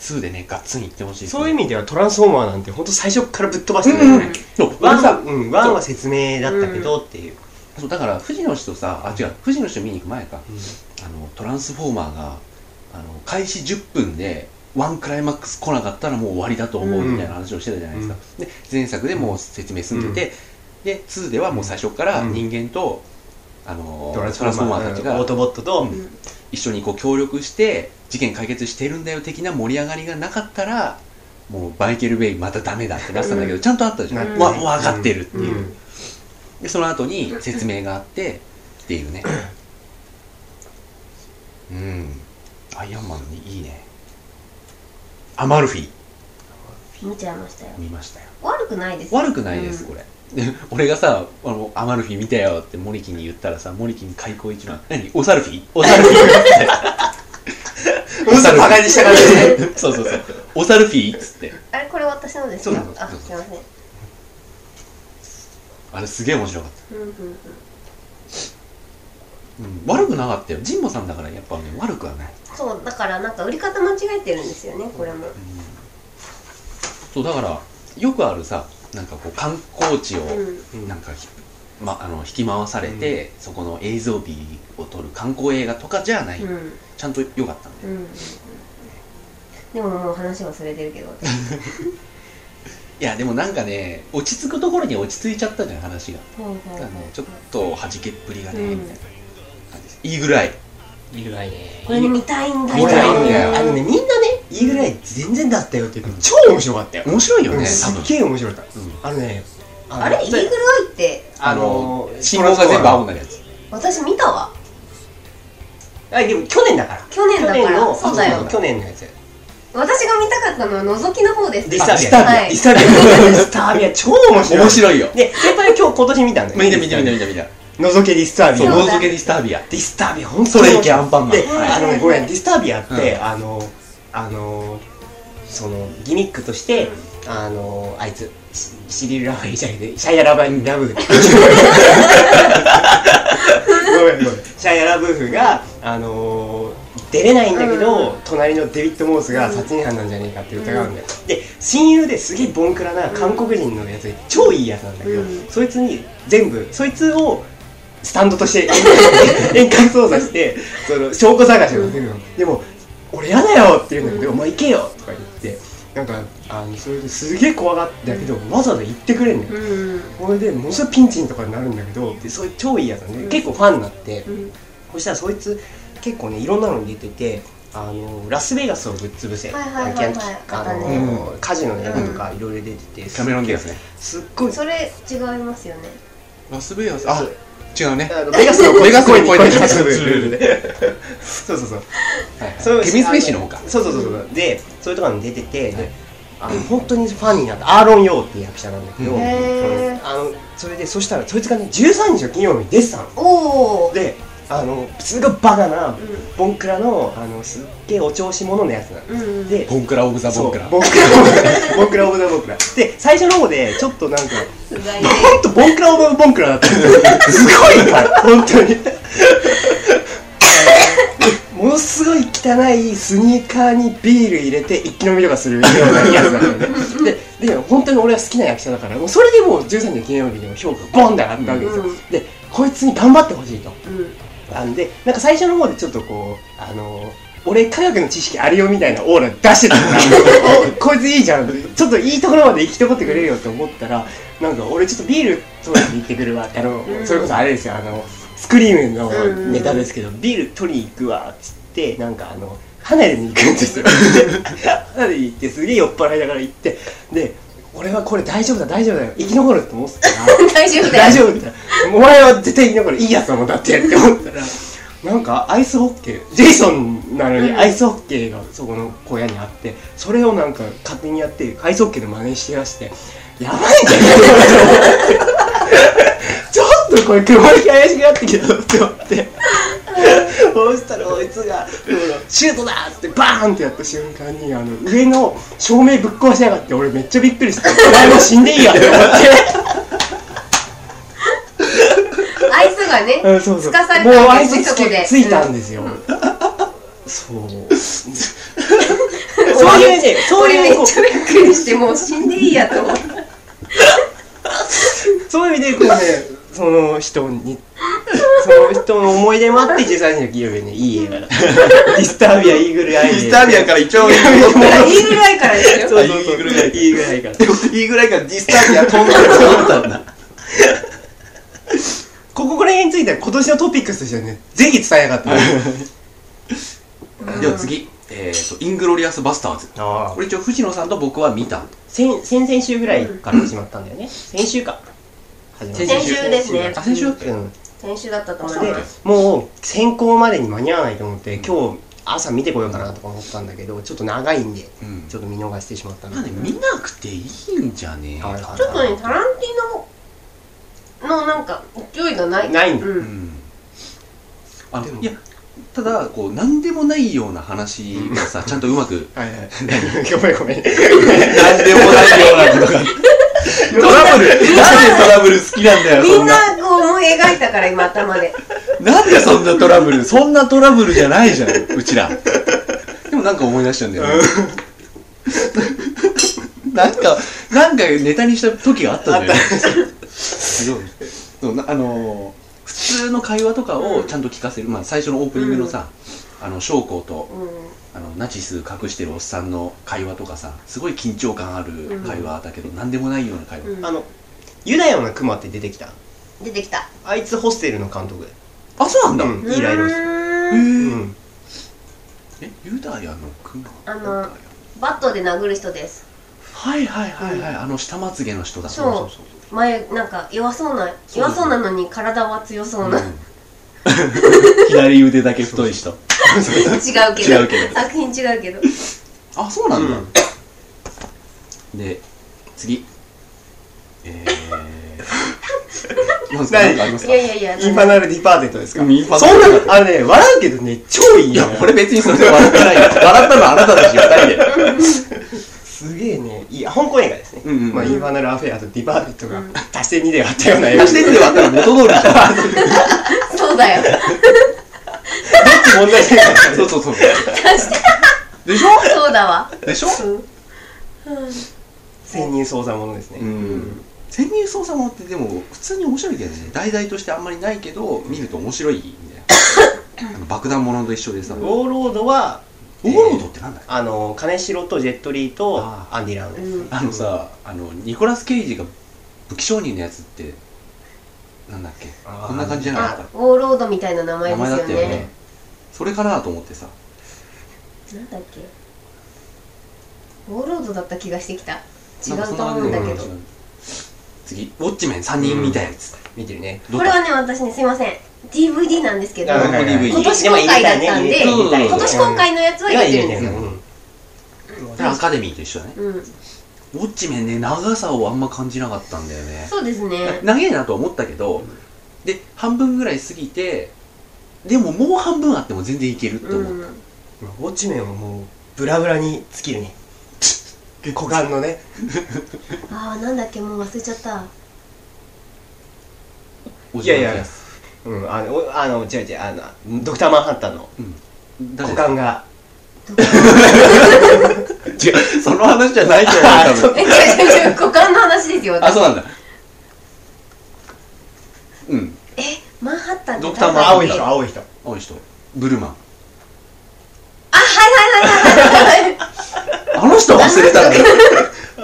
Speaker 2: 2でねガッツンいってほしい
Speaker 3: そういう
Speaker 2: 意
Speaker 3: 意味ではトランスフォーマーなんて本当最初からぶっ飛ばして
Speaker 2: 味
Speaker 3: る
Speaker 2: う
Speaker 3: よ
Speaker 2: ん、
Speaker 3: ね、
Speaker 2: うん、そう
Speaker 3: ワ
Speaker 2: 俺
Speaker 3: ン
Speaker 2: さ
Speaker 3: はうんワンは説明だったけどっていう、
Speaker 2: そうだから藤野氏とさあ違う藤野氏を見に行く前かあのトランスフォーマーがあの開始10分でワンクライマックス来なかったらもう終わりだと思うみたいな話をしてたじゃないですか、で前作でもう説明済んでて、で2ではもう最初から
Speaker 3: うん
Speaker 2: 人間と、あの
Speaker 3: ト
Speaker 2: トラ
Speaker 3: ラン
Speaker 2: ン
Speaker 3: ス
Speaker 2: ス
Speaker 3: フ
Speaker 2: フォ
Speaker 3: ォー
Speaker 2: ーマ
Speaker 3: マー
Speaker 2: ー
Speaker 3: た
Speaker 2: た
Speaker 3: ち
Speaker 2: ち
Speaker 3: がオー
Speaker 2: が
Speaker 3: トボットと、
Speaker 2: うん一緒にこう協力して事件解決してるんだよ的な盛り上がりがなかったらもうバイケル・ベイまたダメだってなってたんだけど、ちゃんとあったじゃん、
Speaker 1: うん
Speaker 2: わ分かってるっていう、
Speaker 3: ん
Speaker 2: でその後に説明があってっていうねうんアイアンマンいいねアマルフィ
Speaker 1: 見ちゃいましたよ
Speaker 2: 見ましたよ
Speaker 1: 悪くないですよ
Speaker 2: 悪くないです、これ で俺がさあの「アマルフィ見たよ」ってモリキンに言ったらさモリキン開口一番「何オサルフィオサルフィ」
Speaker 3: うんうんバカにした感じで
Speaker 2: ってそうそうそう「オサルフィ」っつって
Speaker 1: あれこれ私のです
Speaker 2: そう
Speaker 1: ね
Speaker 2: なの
Speaker 1: あ
Speaker 2: そうそう
Speaker 1: すいません
Speaker 2: あれすげえ面白かった、
Speaker 1: うんうんうん
Speaker 2: うん、悪くなかったよジンボさんだからやっぱね悪くはない
Speaker 1: そうだからなんか売り方間違えてるんですよねこれも
Speaker 2: そうだからよくあるさなんかこう観光地を
Speaker 1: うん
Speaker 2: なんかひま、あの引き回されて、そこの映像美を撮る観光映画とかじゃない、
Speaker 1: うん
Speaker 2: ちゃんと良かったんで、
Speaker 1: うんでももう話はそれてるけど
Speaker 2: いやでもなんかね落ち着くところに落ち着いちゃったじゃん話が、
Speaker 1: ほう
Speaker 2: だ
Speaker 1: ほう
Speaker 2: から
Speaker 1: ほ
Speaker 2: ね
Speaker 1: う
Speaker 2: ちょっと弾けっぷりがね、
Speaker 1: うん
Speaker 2: みたいな感じですいいぐらい
Speaker 4: いいぐらいね
Speaker 1: これね見たいんだ
Speaker 2: 見
Speaker 1: よ
Speaker 2: たいんだよ
Speaker 3: あのね、みんなね、いいぐらい全然だったよって言って、超面白かったよ。
Speaker 2: 面白いよね、
Speaker 3: うん
Speaker 2: 多
Speaker 3: すっ
Speaker 2: 分
Speaker 3: げえ面白かった
Speaker 2: うん。
Speaker 3: あのね、
Speaker 1: あれイーグルアイって
Speaker 2: あ
Speaker 3: あ
Speaker 2: の
Speaker 3: の
Speaker 2: 信号が全部青になるやつ
Speaker 1: 私見たわ
Speaker 3: あ、でも去年だから。
Speaker 1: 去年だから
Speaker 3: 去年の、
Speaker 1: そうだよ
Speaker 3: の去年のやつ。
Speaker 1: 私が見たかったのは覗きの方です
Speaker 3: ディスタービア。
Speaker 1: はい
Speaker 3: ディスタービア。ディスタービア、超面白い。
Speaker 2: 面白いよ
Speaker 3: で、先輩は今日今年見たんだよね。
Speaker 2: 見て見て見て見て見て
Speaker 3: 覗けディスタービ
Speaker 2: そう
Speaker 3: ア。
Speaker 1: だ
Speaker 2: ノーズゲディスタービア
Speaker 3: ディスタービア、本当
Speaker 2: そ
Speaker 3: に。
Speaker 2: れいけアンパンマン
Speaker 3: で、
Speaker 2: はい
Speaker 3: あのね、ごめん、ディスタービアっ
Speaker 2: う
Speaker 3: て、あの、あの、その、ギミックとして、あの、あいつ、シシリル・ラファエルじゃなくて、シャイア・ラバイ・ ラブーフ。ごめんごめんシャイア・ラブーフが、あの、出れないんだけど、
Speaker 1: うん
Speaker 3: 隣のデビッド・モースが殺人犯なんじゃねえかって疑うんだよ。で、親友ですげえボンクラな韓国人のやつがいて超いいやつなんだけど、
Speaker 1: うん
Speaker 3: そいつに全部、そいつを、スタンドとして 遠隔操作してその証拠探しをするの、でも「俺やだよ」って言うんだけど「お前行けよ」とか言ってなんかあのそれですげえ怖がってたけど、わざわざ行ってくれんのよ、
Speaker 1: うん
Speaker 3: これでものすごいピンチンとかになるんだけどでそれ超いいやつなんで、
Speaker 1: うん
Speaker 3: 結構ファンになって、
Speaker 1: うん
Speaker 3: そしたらそいつ結構ねいろんなのに出ててあのラスベガスをぶっ潰せ、
Speaker 1: はいはいはいはい
Speaker 3: キャンキ
Speaker 1: あった
Speaker 3: あ
Speaker 1: ね
Speaker 3: の、カジノの映画とかいろいろ出てて、
Speaker 2: キャメロン・ディアスね
Speaker 3: すっごい
Speaker 1: それ違いますよね
Speaker 2: ラスベガスあ違うね
Speaker 3: あのベガスを
Speaker 2: ベガスを超えて
Speaker 3: 超えてそうそうそう
Speaker 2: ケミン・スペイシーの方か
Speaker 3: そうそうそうそうでそういうところに出てて、であの本当にファンになったアーロン・ヨーっていう役者なんだけど、
Speaker 2: うん
Speaker 1: へー
Speaker 3: あのそれでそしたらそいつがね13日の金曜日に出てたの
Speaker 1: おお
Speaker 3: であのすごいバカな
Speaker 1: うん
Speaker 3: ボンクラのあのすっげえお調子者のやつな
Speaker 1: う
Speaker 3: の、
Speaker 1: ん
Speaker 3: で
Speaker 2: ボンクラ・オブ・ザ・
Speaker 3: そ
Speaker 2: ボン
Speaker 3: う
Speaker 2: クラ
Speaker 3: ボンクラボンクラオブザボンクラで最初の方でちょっとなんか
Speaker 1: すごいね
Speaker 3: ほんとボンクラオブボンクラだったんですよすごいから本当にあのものすごい汚いスニーカーにビール入れて一気飲みとかするようなやつなのねでで本当に俺は好きな役者だからもうそれでもう13年記念日でも評価がボンって上がったわけですよ、
Speaker 1: うん
Speaker 3: でこいつに頑張ってほしいと
Speaker 1: うん
Speaker 3: なんでなんか最初の方でちょっとこうあの俺科学の知識あるよみたいなオーラ出してたから おこいついいじゃんちょっといいところまで生き残ってくれるよって思ったらなんか俺ちょっとビール取りに行ってくるわってあの、
Speaker 1: うん
Speaker 3: それこそあれですよあのスクリーム
Speaker 1: う
Speaker 3: の
Speaker 1: ん
Speaker 3: ネタですけど、ビール取りに行くわっつってなんかあの離れに行くんで すよ離れに行ってすげえ酔っ払いながら行ってで俺はこれ大丈夫だ大丈夫だよ生き残るって思ってたら
Speaker 1: 大丈夫だ
Speaker 3: 大
Speaker 1: よ
Speaker 3: 丈夫みたいなお前は絶対生き残るいいやつだもんだってって思ったらなんかアイスホッケージェイソンなのに
Speaker 1: うん
Speaker 3: アイスホッケーがそこの小屋にあってそれをなんか勝手にやってアイスホッケーの真似してらしてやばいんじゃないかと思ってちょっとこれ雲行き怪しくなってきたぞって思ってそうしたらこいつが「シュートだ!」っつってバーンってやった瞬間にあの上の照明ぶっ壊しやがって俺めっちゃびっくりして「お前も死んでいいや」って思って。
Speaker 1: アイスがね
Speaker 3: うんそうそう
Speaker 1: つかされ
Speaker 3: もう
Speaker 1: た
Speaker 3: あ
Speaker 1: ん
Speaker 3: い
Speaker 1: ですね
Speaker 3: つ
Speaker 1: そ
Speaker 3: つ
Speaker 1: こ
Speaker 3: け
Speaker 1: で
Speaker 3: ついたんですよ、そう そういうねそう
Speaker 1: 俺
Speaker 3: いう
Speaker 1: め
Speaker 3: こ
Speaker 1: っちゃびっくりしてもう死んでいいやと思って
Speaker 3: うそういう意味でこうねその人にその人の思い出もあって13時の金曜日はねいい 映画だディスタービアイーグルアイ
Speaker 2: ディスター ビアから一応い
Speaker 1: いいぐらいからですよ
Speaker 3: そうそうそう
Speaker 2: イーグルアイ
Speaker 3: イーグルアイから
Speaker 2: いぐらいからディスタービア飛んでると思ったんだ
Speaker 3: こここら辺については今年のトピックスとしてはねぜひ伝えなかった
Speaker 2: では次、えー、とイングロリアス・バスターズ
Speaker 3: あ
Speaker 2: これ一応藤野さんと僕は見た
Speaker 3: 先先々週ぐらいから始まったんだよね先週か始まった
Speaker 1: 先週ですね
Speaker 2: あ先週だったよ
Speaker 3: うん
Speaker 1: 先週だったと思い
Speaker 3: で
Speaker 1: ます
Speaker 3: もう選考までに間に合わないと思って今日朝見てこようかなとか思ったんだけどちょっと長いんで
Speaker 2: うん
Speaker 3: ちょっと見逃してしまったん
Speaker 2: まあ
Speaker 3: だ
Speaker 2: ね
Speaker 3: けど
Speaker 2: 見なくていいんじゃねえか
Speaker 3: はいはい
Speaker 1: ちょっとねタランティーノのなんか勢いがない
Speaker 3: ないんだ
Speaker 1: う
Speaker 2: うんんあ
Speaker 3: で
Speaker 2: の
Speaker 3: も
Speaker 2: いやただこう何でもないような話がさちゃんとうまく
Speaker 3: はいはいごめんごめん
Speaker 2: 何でもないようなことがトラブルなんでトラブル好きなんだよ
Speaker 1: み
Speaker 2: そん
Speaker 1: ん
Speaker 2: な
Speaker 1: なこう思い描いたから今頭で
Speaker 2: なんでそんなトラブルそんなトラブルじゃないじゃんうちらでもなんか思い出したんだよねなんかなんかネタにした時があったんだよねすごいそうなあのー普通の会話とかをちゃんと聞かせる、まあ、最初のオープニングのさ、あの将校とあのナチス隠してるおっさんの会話とかさすごい緊張感ある会話だけど、なん、何でもないような会話、
Speaker 1: うん
Speaker 3: あのユダヤのクマって出てきた
Speaker 1: 出てきた
Speaker 3: あいつホステルの監督
Speaker 2: あそうなんだ、
Speaker 3: うんいいライドです
Speaker 1: う
Speaker 2: へ
Speaker 1: ーん
Speaker 3: う
Speaker 2: ー
Speaker 3: ん
Speaker 2: えユダヤの熊
Speaker 1: あのバットで殴る人です
Speaker 2: はいはいはいはい、あの下まつげの人だ
Speaker 1: そう
Speaker 2: そう
Speaker 1: 前なんか弱そうな
Speaker 2: そう
Speaker 1: 弱そうなのに体は強そうな、 違
Speaker 2: うん 左腕だけ太い人
Speaker 1: うけど
Speaker 2: 違うけど
Speaker 1: 作品違うけど
Speaker 2: あそうなんだ、
Speaker 3: うん
Speaker 2: で次え ーなんすか
Speaker 3: 何
Speaker 2: なんかあります
Speaker 1: い
Speaker 2: か
Speaker 1: やいやいや
Speaker 3: インファナルディパーテッドですか、
Speaker 2: うんインファナ
Speaker 3: そんなあのね笑うけどね超いい
Speaker 2: い
Speaker 3: よ
Speaker 2: や俺別にそれで笑ってないよ笑ったのはあなたたち2人です
Speaker 3: げえねいい香港映画ですね、
Speaker 2: うんうん
Speaker 3: まあ、インファナルアフェアとディパーテッドが 足して2で割ったような映画
Speaker 2: 足してるで割ったら元通りじゃん
Speaker 1: そうだよ
Speaker 3: 問題じゃないか ら
Speaker 2: そうそうそうでしょ
Speaker 1: そうだわ
Speaker 2: でしょ
Speaker 3: 潜入捜査ものですね、
Speaker 2: うん潜入捜査ものってでも普通に面白いけどね題材としてあんまりないけど見ると面白いんだ よあの爆弾ものと一緒でさ
Speaker 3: ウ
Speaker 2: ウォ
Speaker 3: ォーロードは
Speaker 2: ーロードってなんだっけ
Speaker 3: あの金城とジェットリーと
Speaker 2: あ
Speaker 3: アンディ・ラウンです、
Speaker 1: うん
Speaker 2: あのさあのニコラス・ケイジが武器商人のやつってなんだっけ
Speaker 3: あー
Speaker 2: こんな感じじゃなか
Speaker 1: あ
Speaker 2: った
Speaker 1: ウォーロードみたいな名前で
Speaker 2: 名前
Speaker 1: す
Speaker 2: だっ
Speaker 1: よ
Speaker 2: た
Speaker 1: ね
Speaker 2: よねそれかなと思ってさ
Speaker 1: なんだっけウォーロードだった気がしてきた違
Speaker 2: なんかそ
Speaker 1: うんと
Speaker 2: な
Speaker 1: 思う
Speaker 2: 感じ
Speaker 1: ん
Speaker 2: だ
Speaker 1: だ
Speaker 2: よね
Speaker 1: けど
Speaker 2: 次ウォッチメン3人見たやつ、
Speaker 3: 見てるね
Speaker 2: ど
Speaker 1: こ
Speaker 2: う
Speaker 1: れ
Speaker 2: だ
Speaker 1: はね私ねすいません DVD なんですけど
Speaker 2: あはい
Speaker 1: 今
Speaker 2: はい
Speaker 1: 今年公開だったんで
Speaker 2: 今
Speaker 1: 年今回のやつは入れてるんですよ、
Speaker 2: それアカデミーと一緒だね
Speaker 1: うん、
Speaker 2: ウォッチメンね長さをあんま感じなかったんだよね
Speaker 1: そうですね
Speaker 2: 長えなとは思ったけど、で半分ぐらい過ぎてでももう半分あっても全然いけるって
Speaker 1: う
Speaker 2: 思う、
Speaker 1: ん
Speaker 3: ウォッチメンはもうブラブラに尽きるね股間のね
Speaker 1: ああなんだっけもう忘れちゃった
Speaker 2: おじま
Speaker 3: い
Speaker 2: き
Speaker 3: やいやうんあのおあの違う違うあのドクターマンハッタンの
Speaker 2: 誰
Speaker 3: 股
Speaker 2: だ
Speaker 3: 間が
Speaker 2: 違うその話じゃないと 思う
Speaker 3: あ
Speaker 2: 多
Speaker 3: そ
Speaker 2: 分
Speaker 3: う
Speaker 1: え違う違う違う股間の話ですよ
Speaker 2: あそうなんだうん
Speaker 1: えマンハッタンって
Speaker 2: ドクターマンハッタン
Speaker 3: 青い人青い人
Speaker 2: 青い人ブルマン
Speaker 1: あはいはいはいはいはい
Speaker 2: あの人忘れ たんだよ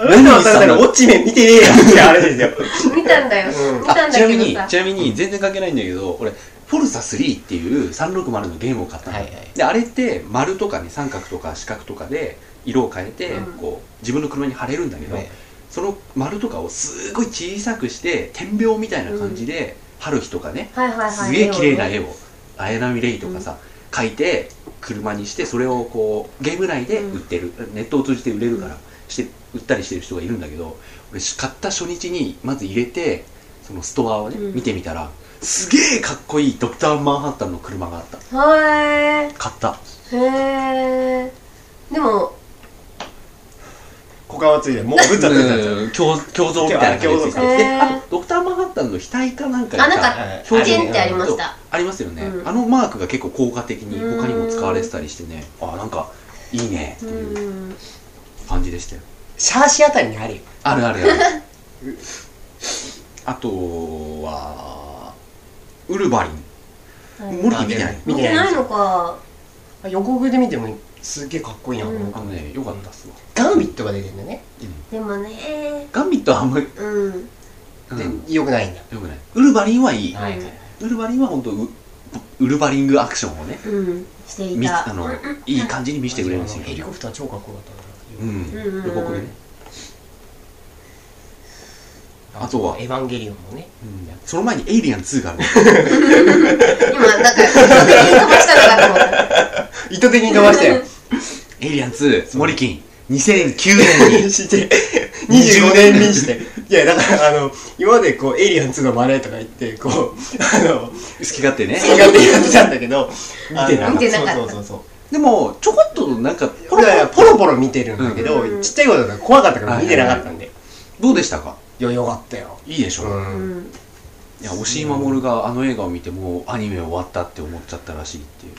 Speaker 3: 何をされたらウォッチメン見てねえやんってあれですよ
Speaker 1: 見たんだよ、
Speaker 3: うん
Speaker 1: 見た
Speaker 2: あ
Speaker 1: ん
Speaker 2: ち
Speaker 1: だ
Speaker 2: なみ
Speaker 1: け
Speaker 2: に
Speaker 1: どさ
Speaker 2: ちなみに全然関係ないんだけど俺フォルサ3っていう360のゲームを買ったの、
Speaker 3: はいはい
Speaker 2: であれって丸とかね三角とか四角とかで色を変えて、
Speaker 1: うん
Speaker 2: こう自分の車に貼れるんだけど、その丸とかをすごい小さくして点描みたいな感じで、貼る日とかね
Speaker 1: はいはいはい
Speaker 2: すげえ綺麗な
Speaker 1: 絵
Speaker 2: 絵
Speaker 1: を
Speaker 2: を綾波レイとかさ、描いて車にしてそれをこうゲーム内で売ってる、ネットを通じて売れるからして売ったりしてる人がいるんだけど俺買った初日にまず入れてそのストアをね、
Speaker 1: うん
Speaker 2: 見てみたらすげえかっこいいドクター・マンハッタンの車があった
Speaker 1: は
Speaker 2: 買った
Speaker 1: ーいへえでも
Speaker 3: 股間はついてるもうぶっちゃぶっちゃぶっちゃ
Speaker 2: うん胸胸像みたいな感じでつい
Speaker 1: 胸
Speaker 2: て
Speaker 1: 像
Speaker 2: てで
Speaker 1: へー
Speaker 2: あとドクター・マンハッタンの額かなんかにさ
Speaker 1: あなんか
Speaker 3: はい
Speaker 1: 表現ってありました
Speaker 2: ありますよね、
Speaker 1: うん
Speaker 2: あのマークが結構効果的に他にも使われてたりしてねあなんかいいねって
Speaker 1: う
Speaker 2: いうん感じでしたよ
Speaker 3: シャーシあたりにあるよ
Speaker 2: あるあるある あとはウルヴァリンモルキー見てない
Speaker 3: あ
Speaker 1: 見てないのか
Speaker 3: 予告で見てもすっげえかっこいいな、
Speaker 1: うん
Speaker 2: あのねよかったっすわ
Speaker 3: ガンビットが出てるんだね、
Speaker 1: でもね
Speaker 2: ガンビットはあんまり、
Speaker 1: うん
Speaker 2: でよ
Speaker 3: でよくないんだ
Speaker 2: くないウルヴァリンはいい、
Speaker 1: はいはい
Speaker 2: ウルヴァリンは本当ウウルヴァリングアクションをね
Speaker 1: うんしてい
Speaker 2: み
Speaker 1: た
Speaker 2: あのいい感じに見せてくれるんですよ
Speaker 3: ヘリコプター超かっこよかっ
Speaker 2: う
Speaker 3: たな、
Speaker 2: ん
Speaker 1: うんうんうん
Speaker 2: 予告でねあとは
Speaker 3: エヴァンゲリオンもね
Speaker 2: その前にエイリアン2がある
Speaker 1: 今なんか勝手に飛ばしたのかと思っ
Speaker 3: 意図的に飛ばしたよ
Speaker 2: エイリアン2、モリキン、2009年に。
Speaker 3: して25年にしていやだからあの今までこうエイリアン2のマネとか言ってこうあの
Speaker 2: 好き勝手ね。
Speaker 3: 好き勝手にやってたんだけど
Speaker 2: 見てなかった
Speaker 3: あの
Speaker 1: 見てなかった
Speaker 3: そうそうそう
Speaker 2: でも、ちょこっとなんか、
Speaker 3: ポロポロポロポロ見てるんだけど、
Speaker 1: うん
Speaker 3: ちっちゃい頃だから怖かったから見てなかったんで、
Speaker 2: どうでしたか
Speaker 3: いやよかったよ
Speaker 2: いいでしょ、
Speaker 1: た
Speaker 3: ん
Speaker 1: うん
Speaker 2: いや、押井守があの映画を見て、もうアニメ終わったって思っちゃったらしいってい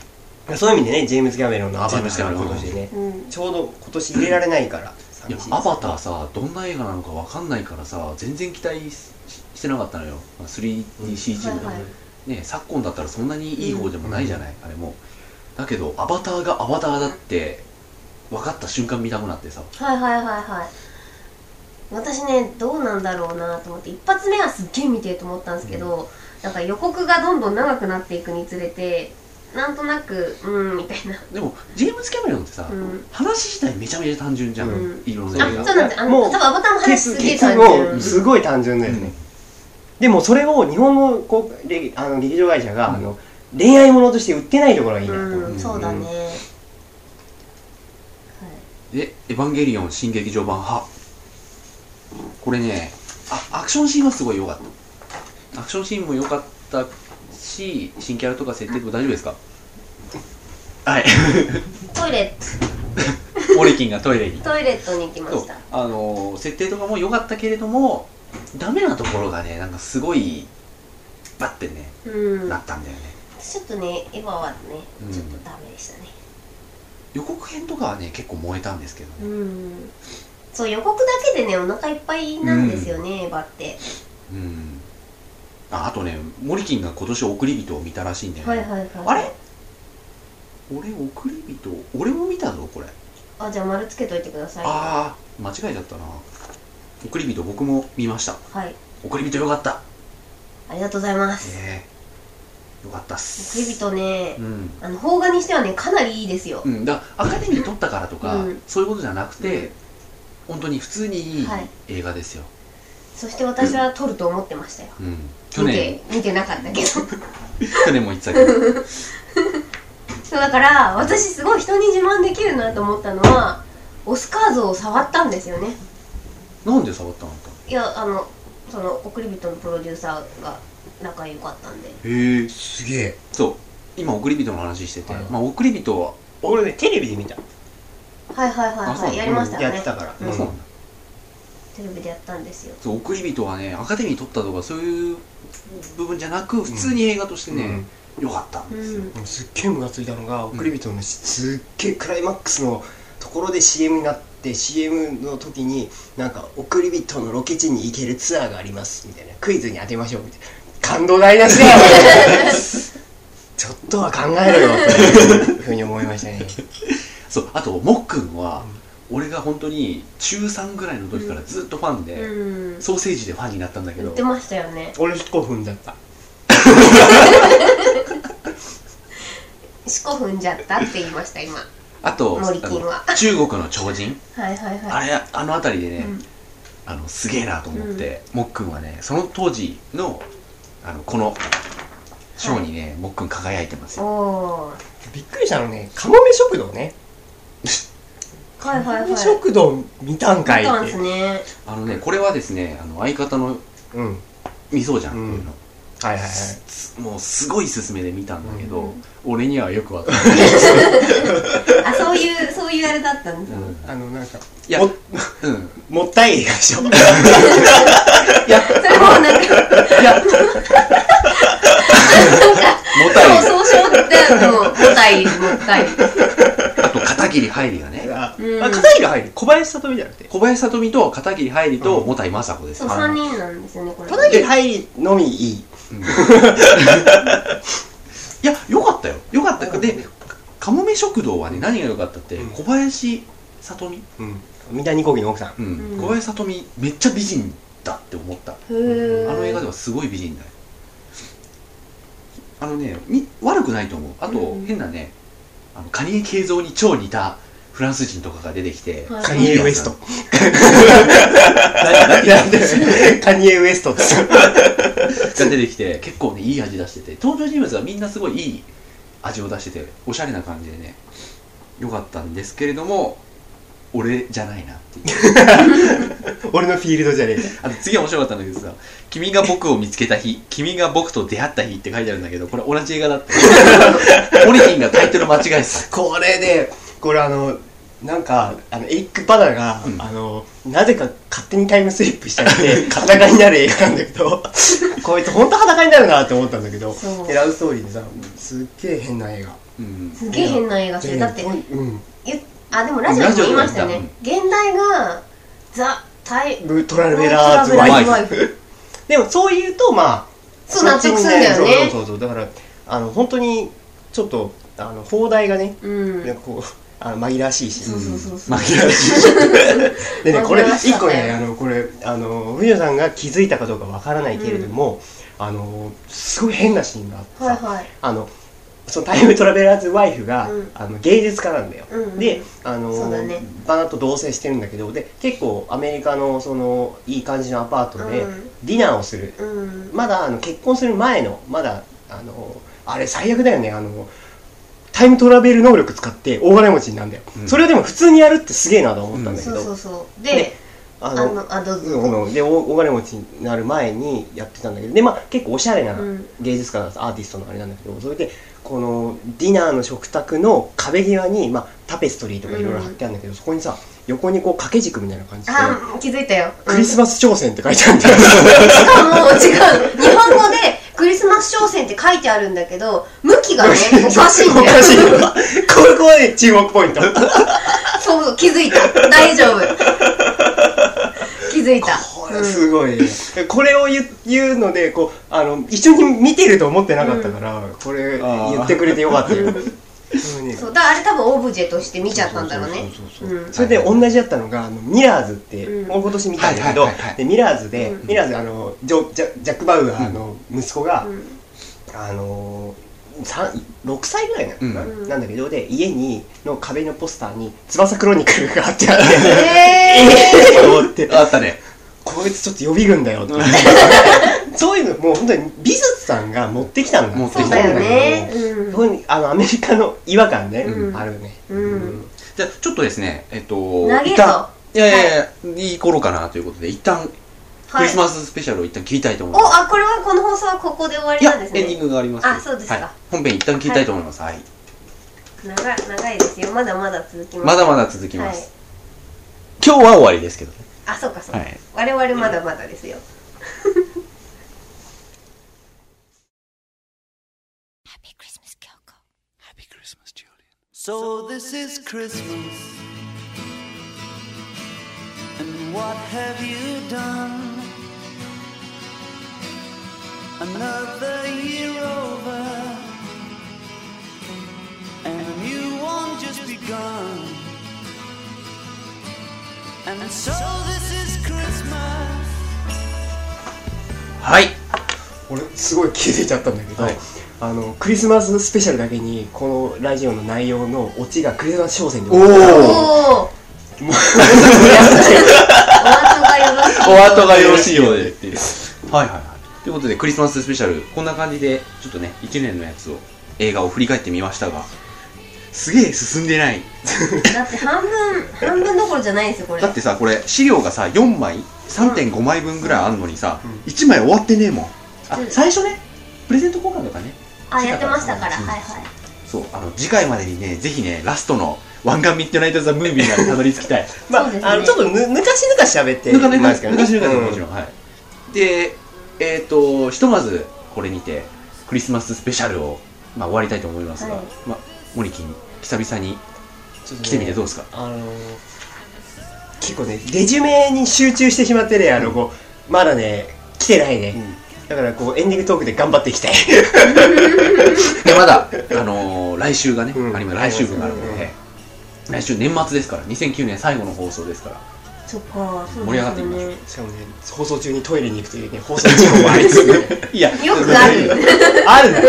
Speaker 2: う。
Speaker 3: そういう意味でねジェームズ・キャメロンのアバターが今
Speaker 2: ジェームズキャメロン
Speaker 3: 年ね
Speaker 1: うん
Speaker 3: ちょうど今年入れられないから
Speaker 2: いや、アバターさ、どんな映画なのかわかんないからさ、全然期待しししてなかったのよまあ 3DCG の、
Speaker 1: はいはい
Speaker 2: ね昨今だったらそんなにいい方でもないじゃない、あれもだけどアバターがアバターだって分かった瞬間見たくなってさ
Speaker 1: はいはいはいはい私ねどうなんだろうなと思って一発目はすっげえ見てると思ったんですけど、なんか予告がどんどん長くなっていくにつれてなんとなくうんみたいな
Speaker 2: でもジェームズ・キャメロンってさ、
Speaker 1: うん
Speaker 2: 話自体めちゃめちゃ単純じゃん、
Speaker 1: うん
Speaker 2: いろん
Speaker 3: そ
Speaker 2: な
Speaker 1: あ
Speaker 2: 映
Speaker 1: そう
Speaker 2: 画
Speaker 1: なんですあの
Speaker 3: もう
Speaker 1: 多分アバターの
Speaker 3: ケ
Speaker 1: 話す
Speaker 3: ツ
Speaker 1: げえ
Speaker 3: ケツ
Speaker 1: 単
Speaker 3: を
Speaker 1: 純
Speaker 3: すごい単純だよね、でもそれを日本のこうれあの劇場会社が、
Speaker 2: うん
Speaker 3: あの恋愛ものとして売ってないところがいいなと思
Speaker 1: う
Speaker 3: う、
Speaker 1: んそうだね、はい
Speaker 2: で「エヴァンゲリオン新劇場版派」これねあアクションシーンはすごい良かったアクションシーンも良かったし新キャラとか設定とか大丈夫ですか はい
Speaker 1: トイレ
Speaker 2: オレキンがトイレに
Speaker 1: トイレットに行きま
Speaker 2: そう
Speaker 1: した
Speaker 2: あのー設定とかも良かったけれどもダメなところがねなんかすごいバッてね、
Speaker 1: うん
Speaker 2: なったんだよね
Speaker 1: ちょっとねエヴァはね
Speaker 2: うん
Speaker 1: ちょっとダメでしたね
Speaker 2: 予告編とかはね結構燃えたんですけどね、
Speaker 1: うんそう予告だけでねお腹いっぱいなんですよね、エヴァって
Speaker 2: うんああとねモリキンが今年送り人を見たらしいんだよ
Speaker 1: は
Speaker 2: ね、
Speaker 1: いはいはい
Speaker 2: あれ俺送り人俺も見たぞこれ
Speaker 1: あじゃあ丸つけといてください
Speaker 2: ああ間違えちゃったな送り人僕も見ました
Speaker 1: はい
Speaker 2: 送り人よかった
Speaker 1: ありがとうございます
Speaker 2: ええよかったっす
Speaker 1: 送り人ね
Speaker 2: うん
Speaker 1: あの邦画にしてはねかなりいいですよ、
Speaker 2: うん、だからアカデミー取ったからとか、
Speaker 1: うん
Speaker 2: そういうことじゃなくて、本当に普通にいい
Speaker 1: はい
Speaker 2: 映画ですよ、
Speaker 1: そして私は撮ると思ってましたよ
Speaker 2: うん、去年
Speaker 1: 見て見てなかったけど
Speaker 2: 去年も言ってたけ ど
Speaker 1: そうだから私すごい人に自慢できるなと思ったのはオスカー像を触ったんですよね
Speaker 2: なんで触ったのあんた
Speaker 1: いやあのその送り人のプロデューサーが仲良かったんで
Speaker 2: へえ
Speaker 3: すげえ
Speaker 2: そう今送り人の話してて、
Speaker 3: はいはい
Speaker 2: まあ送り人は
Speaker 3: 俺ねテレビで見た、
Speaker 1: はいはいはい
Speaker 2: あそう
Speaker 1: はいやりましたよ
Speaker 3: や
Speaker 1: ね
Speaker 3: ってたから、
Speaker 1: うん
Speaker 2: あそうなんだ
Speaker 1: テレビでやったんですよ
Speaker 2: そう送り人はねアカデミー取ったとかそういう部分じゃなく普通に映画としてね、良かったん
Speaker 1: う
Speaker 2: ですよ、
Speaker 1: ん
Speaker 3: うんすっげえムカついたのが送り人のしすっげえクライマックスのところで CM になって CM の時になんか送り人のロケ地に行けるツアーがありますみたいなクイズに当てましょうみたいな感動台無しだよちょっとは考えろよっていうふうに思いましたね
Speaker 2: そうあともっくんは、俺が本当に中3ぐらいの時からずっとファンで、
Speaker 1: うん
Speaker 2: ソーセージでファンになったんだけ
Speaker 1: 言
Speaker 2: ど
Speaker 1: ってましたよね
Speaker 3: 俺5分だった
Speaker 1: 四股踏んじゃったって言いました今
Speaker 2: あと
Speaker 1: 森金は
Speaker 2: あの中国の超人
Speaker 1: はいはい はい
Speaker 2: あれあの辺りでね、
Speaker 1: うん
Speaker 2: あのすげえなと思って、もっくんはねその当時のあのこの賞にね、もっくん輝いてます
Speaker 1: お
Speaker 2: よ
Speaker 1: お
Speaker 3: びっくりしたのねかもめ食堂ね
Speaker 1: はいはい
Speaker 3: か
Speaker 1: は
Speaker 3: も
Speaker 1: い
Speaker 3: め食堂見たんかい
Speaker 1: 見たん
Speaker 3: っ
Speaker 1: です
Speaker 3: て
Speaker 1: ね
Speaker 2: あのねこれはですねあの相方の
Speaker 3: うんはい
Speaker 2: みそうじゃん、
Speaker 3: うん
Speaker 2: こういうの
Speaker 3: はいはい
Speaker 2: すもうすごい勧めで見たんだけど、
Speaker 1: うん
Speaker 2: 俺にはよくわからない、
Speaker 1: あそういうそういうあれだったんです
Speaker 2: うん、い
Speaker 3: あのなんか
Speaker 2: や、
Speaker 3: も
Speaker 2: うん、
Speaker 3: もったい映画でしょ
Speaker 2: いや
Speaker 1: それもなんか
Speaker 2: いやもたい
Speaker 1: そうそうしまってもうもったいもったい
Speaker 2: あと片桐入りがね
Speaker 3: あ
Speaker 1: うん
Speaker 3: あ片が入る小林聡美じゃなくて
Speaker 2: 小林聡美と片桐入りと
Speaker 3: うん
Speaker 2: もたい雅子です
Speaker 1: そう三人なんですよねこれ
Speaker 3: 片桐入りのみいい
Speaker 2: いや、よかったよ。よかった。で、かもめ食堂はね、何が良かったって
Speaker 3: うん、
Speaker 2: 小林さとみ、
Speaker 3: うん三谷幸喜の奥さ
Speaker 2: う
Speaker 3: ん
Speaker 2: ん
Speaker 1: うん
Speaker 2: 小林さとみ、めっちゃ美人だって思った。あ
Speaker 1: へー
Speaker 2: の映画ではすごい美人だよ。あのね、み悪くないと思う。あと、
Speaker 1: うん
Speaker 2: 変なね、あの、カニエ形像に超似たフランス人とかが出てきて、
Speaker 1: はい
Speaker 3: カニエ・ウエスト。
Speaker 2: 何何
Speaker 3: なんでカニエ・ウエストって
Speaker 2: が出てきて、結構ね、いい味出してて、登場人物はみんなすごいいい味を出してて、おしゃれな感じでね、良かったんですけれども、俺じゃないなっていう。
Speaker 3: 俺のフィールドじゃねえ
Speaker 2: あの次面白かったんだけどさ「君が僕を見つけた日君が僕と出会った日」って書いてあるんだけどこれ同じ映画 だってオリジンがタイトル間違えす
Speaker 3: これでこれあのなんかあのエリック・バダが、
Speaker 2: うん
Speaker 3: あのなぜか勝手にタイムスリップしちゃっ て裸になる映画なんだけどこいつ本当裸になるなって思ったんだけど
Speaker 1: そう
Speaker 3: テラウストーリーでさすっげえ変な映画
Speaker 2: うん
Speaker 1: すげえ変な映画それだって
Speaker 3: うん
Speaker 1: ゆあでもラジオでも言いましたよね
Speaker 2: ラジ
Speaker 1: 現代がザ・タイ
Speaker 3: ブトラベラーズ・ワイフ
Speaker 1: イフ
Speaker 3: でもそう言うとまあ
Speaker 1: そう納得するんだよね
Speaker 3: そうそうそうそうだからあの本当にちょっとあの放題がね、
Speaker 1: うん
Speaker 3: なんかこうあの紛らわしいし
Speaker 1: そうそうそうそう、
Speaker 2: 紛らわしい
Speaker 3: でね、これ
Speaker 1: わかりました
Speaker 3: 一個ね、あのこれあの藤野さんが気づいたかどうかわからないけれども、あのすごい変なシーンがあってさ、
Speaker 1: はいはい
Speaker 3: あのそのタイムトラベラーズワイフが、
Speaker 1: うん
Speaker 3: あの芸術家なんだよ。
Speaker 1: うんうん
Speaker 3: で、あの
Speaker 1: そうだね
Speaker 3: バナと同棲してるんだけど、で結構アメリカのそのいい感じのアパートで
Speaker 1: うん
Speaker 3: ディナーをする。
Speaker 1: うん
Speaker 3: まだあの結婚する前のまだあのあれ最悪だよねあの。タイムトラベル能力使って大金持ちになるんだよ、
Speaker 2: うん
Speaker 3: それをでも普通にやるってすげえなと思ったんだけ
Speaker 1: そ
Speaker 3: ど、
Speaker 1: うそうそう
Speaker 3: で
Speaker 1: で
Speaker 3: あ
Speaker 1: あ
Speaker 3: の
Speaker 1: のあどうぞ、
Speaker 3: うんで大大金持ちになる前にやってたんだけどで、まあ、結構おしゃれな
Speaker 1: うん
Speaker 3: 芸術家なんです、アーティストのあれなんだけどそれでこのディナーの食卓の壁際に、まあ、タペストリーとかいろいろ貼ってあるんだけど、そこにさ横にこう掛け軸みたいな感じで
Speaker 1: あ気づいたよ、
Speaker 3: クリス
Speaker 1: マ
Speaker 3: マス商戦って書いてあるんだよ
Speaker 1: スしかも違う日本語でクリスマス商戦って書いてあるんだけど向きがねおかしいんだ
Speaker 3: お
Speaker 1: よ
Speaker 3: かしいよこれこれ注目ポイント
Speaker 1: そうそう気づいた大丈夫気づいた
Speaker 3: これすごいね、これを言う言うのでこうあの一緒に見てると思ってなかったから、これ言ってくれてよかったよそうね
Speaker 1: そうだからあれ多分オブジェとして見ちゃったんだろうね
Speaker 3: そうそうそうそう
Speaker 1: うん
Speaker 3: それで同じだったのがあのミラーズって、
Speaker 1: うん
Speaker 3: もう今年見たんだけど、
Speaker 2: はいはいはいはい
Speaker 3: でミラーズで、
Speaker 1: うん
Speaker 3: ミラーズあのジョジャジャック・バウアーの息子が、
Speaker 1: うん
Speaker 3: あのさん6歳ぐらいな,、のかな
Speaker 1: うん
Speaker 3: なんだけどで家にの壁のポスターに「翼クロニクル」があってあって
Speaker 1: ええ
Speaker 3: えーと思って
Speaker 2: あったね。
Speaker 3: こいつちょっと予備軍だよってそういうのもう本当に美術さんが持ってきたんだ
Speaker 2: 持って
Speaker 1: そ
Speaker 2: き
Speaker 1: う
Speaker 2: た
Speaker 1: だ
Speaker 2: ん
Speaker 1: よねうん
Speaker 3: そこにあのアメリカの違和感ね、
Speaker 1: うん
Speaker 3: あるよね、
Speaker 1: うん
Speaker 2: じゃあ、ちょっとですね、えっと、
Speaker 1: 投げ
Speaker 2: 一
Speaker 1: と
Speaker 2: 旦、いやいやいや、いい頃かなということで、一旦、クリスマススペシャルを一旦切りたいと思い
Speaker 1: お
Speaker 2: ます。
Speaker 1: あこれはこの放送はここで終わり
Speaker 2: い
Speaker 1: なんで
Speaker 2: や、エン
Speaker 1: す
Speaker 2: ディ
Speaker 1: ね
Speaker 2: ングがありますの
Speaker 1: あそうですか
Speaker 2: はい本編一旦切りたいと思います。はい。
Speaker 1: 長い長いですよまだまだ続きます
Speaker 2: まだまだ続きます。今日は終わりですけどね。
Speaker 1: あそうかそうか、
Speaker 2: はい
Speaker 1: 我々まだまだですよ、
Speaker 4: So this is Christmas. And what have you done? Another year over. And a new one just begun. And so this is Christmas.
Speaker 2: はい。
Speaker 3: 俺すごい気づいちゃったんだけど、
Speaker 2: はい
Speaker 3: あのクリスマススペシャルだけにこのラジオの内容のオチがクリスマス商戦で終わった
Speaker 1: お
Speaker 2: おお
Speaker 1: おお後がよろしい
Speaker 2: 後がよろしいようでっていう。はいはいはい。ということで、クリスマススペシャル、こんな感じで、ちょっとね、1年のやつを、映画を振り返ってみましたが、すげえ進んでない。
Speaker 1: だって半分半分どころじゃないですよこれ
Speaker 2: だってさこれ資料がさ4枚3.5枚分ぐらいあるのにさ、
Speaker 3: うん
Speaker 2: 1枚終わってねえもんあ
Speaker 1: うん
Speaker 2: 最初ねプレゼント交換とかね
Speaker 1: あやってましたから、
Speaker 2: うん
Speaker 1: はいはい
Speaker 2: そうあの次回までにねぜひねラストの湾岸ミッドナイト・ザ・ムービーまでたどり着き たい
Speaker 3: ま
Speaker 1: そうですね
Speaker 3: あ、あのちょっとぬぬかしぬかし喋って
Speaker 2: ぬかね
Speaker 3: ますけどね
Speaker 2: 昔のやつ
Speaker 3: うん
Speaker 2: もちろん、はいでえっ、とひとまずこれにてクリスマススペシャルを、まあ、終わりたいと思いますが、
Speaker 1: はい
Speaker 2: まあ、モニキン久々に
Speaker 3: ちょっとね
Speaker 2: 来てみてどうですか、
Speaker 3: あの結構ねレジュメに集中してしまってねあのこうまだね来てないね、だからこうエンディングトークで頑張っていきたい
Speaker 2: でまだ、あのー来週がね、
Speaker 3: うん
Speaker 2: あります来週分があるの
Speaker 3: あります
Speaker 2: で
Speaker 3: ね、
Speaker 2: 来週年末ですから2009年最後の放送ですから
Speaker 1: そっかそうですよね
Speaker 2: 盛り上がってみましょう
Speaker 3: しかもね放送中にトイレに行くというね放送事故もありつつね
Speaker 2: いや
Speaker 1: よくある
Speaker 3: あるね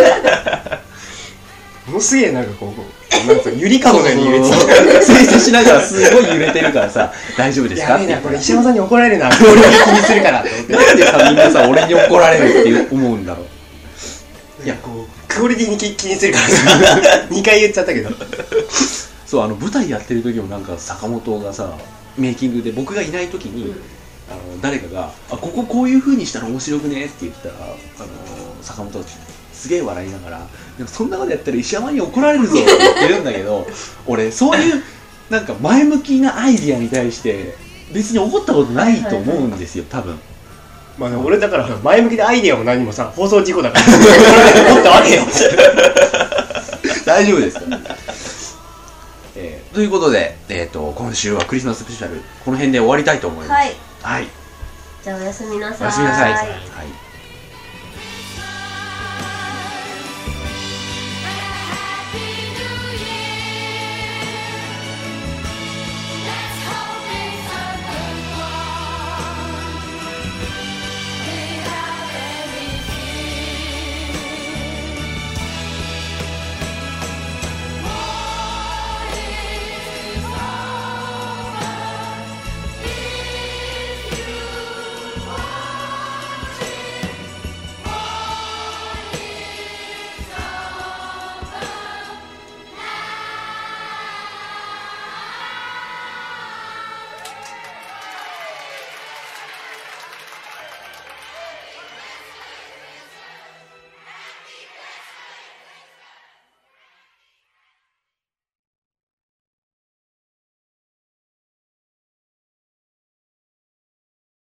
Speaker 3: ものすげえなんかこうこうなんかゆりかものように揺れてた
Speaker 2: 正座しながらすごい揺れてるからさ大丈夫ですか
Speaker 3: や
Speaker 2: っ
Speaker 3: べ
Speaker 2: て言
Speaker 3: えな
Speaker 2: った
Speaker 3: こ
Speaker 2: ら
Speaker 3: れ石山さんに怒られ るな俺が気にするからと思って
Speaker 2: なんでさみんなさ俺に怒られるって思うんだろう
Speaker 3: いやこうクオリティに気気にする から2回言っちゃったけど
Speaker 2: そうあの舞台やってる時もなんか坂本がさメイキングで僕がいない時に、あの誰かが「あこここういう風にしたら面白くね」って言ったらあの坂本がすげえ笑いながら「でもそんなことやったら石山に怒られるぞ」って言ってるんだけ ど俺そういうなんか前向きなアイディアに対して別に怒ったことないと思うんですよ多分
Speaker 3: まあね俺だから前向きでアイディアも何もさ放送事故 だから怒られると思ったわけよ
Speaker 2: 大丈夫ですから、えーということで、えー、と今週はクリスマススペシャルこの辺で終わりたいと思います
Speaker 1: はい
Speaker 2: はい
Speaker 5: じゃあおやすみな
Speaker 1: お
Speaker 5: さーい
Speaker 1: やすみなさい。
Speaker 2: は
Speaker 1: はいい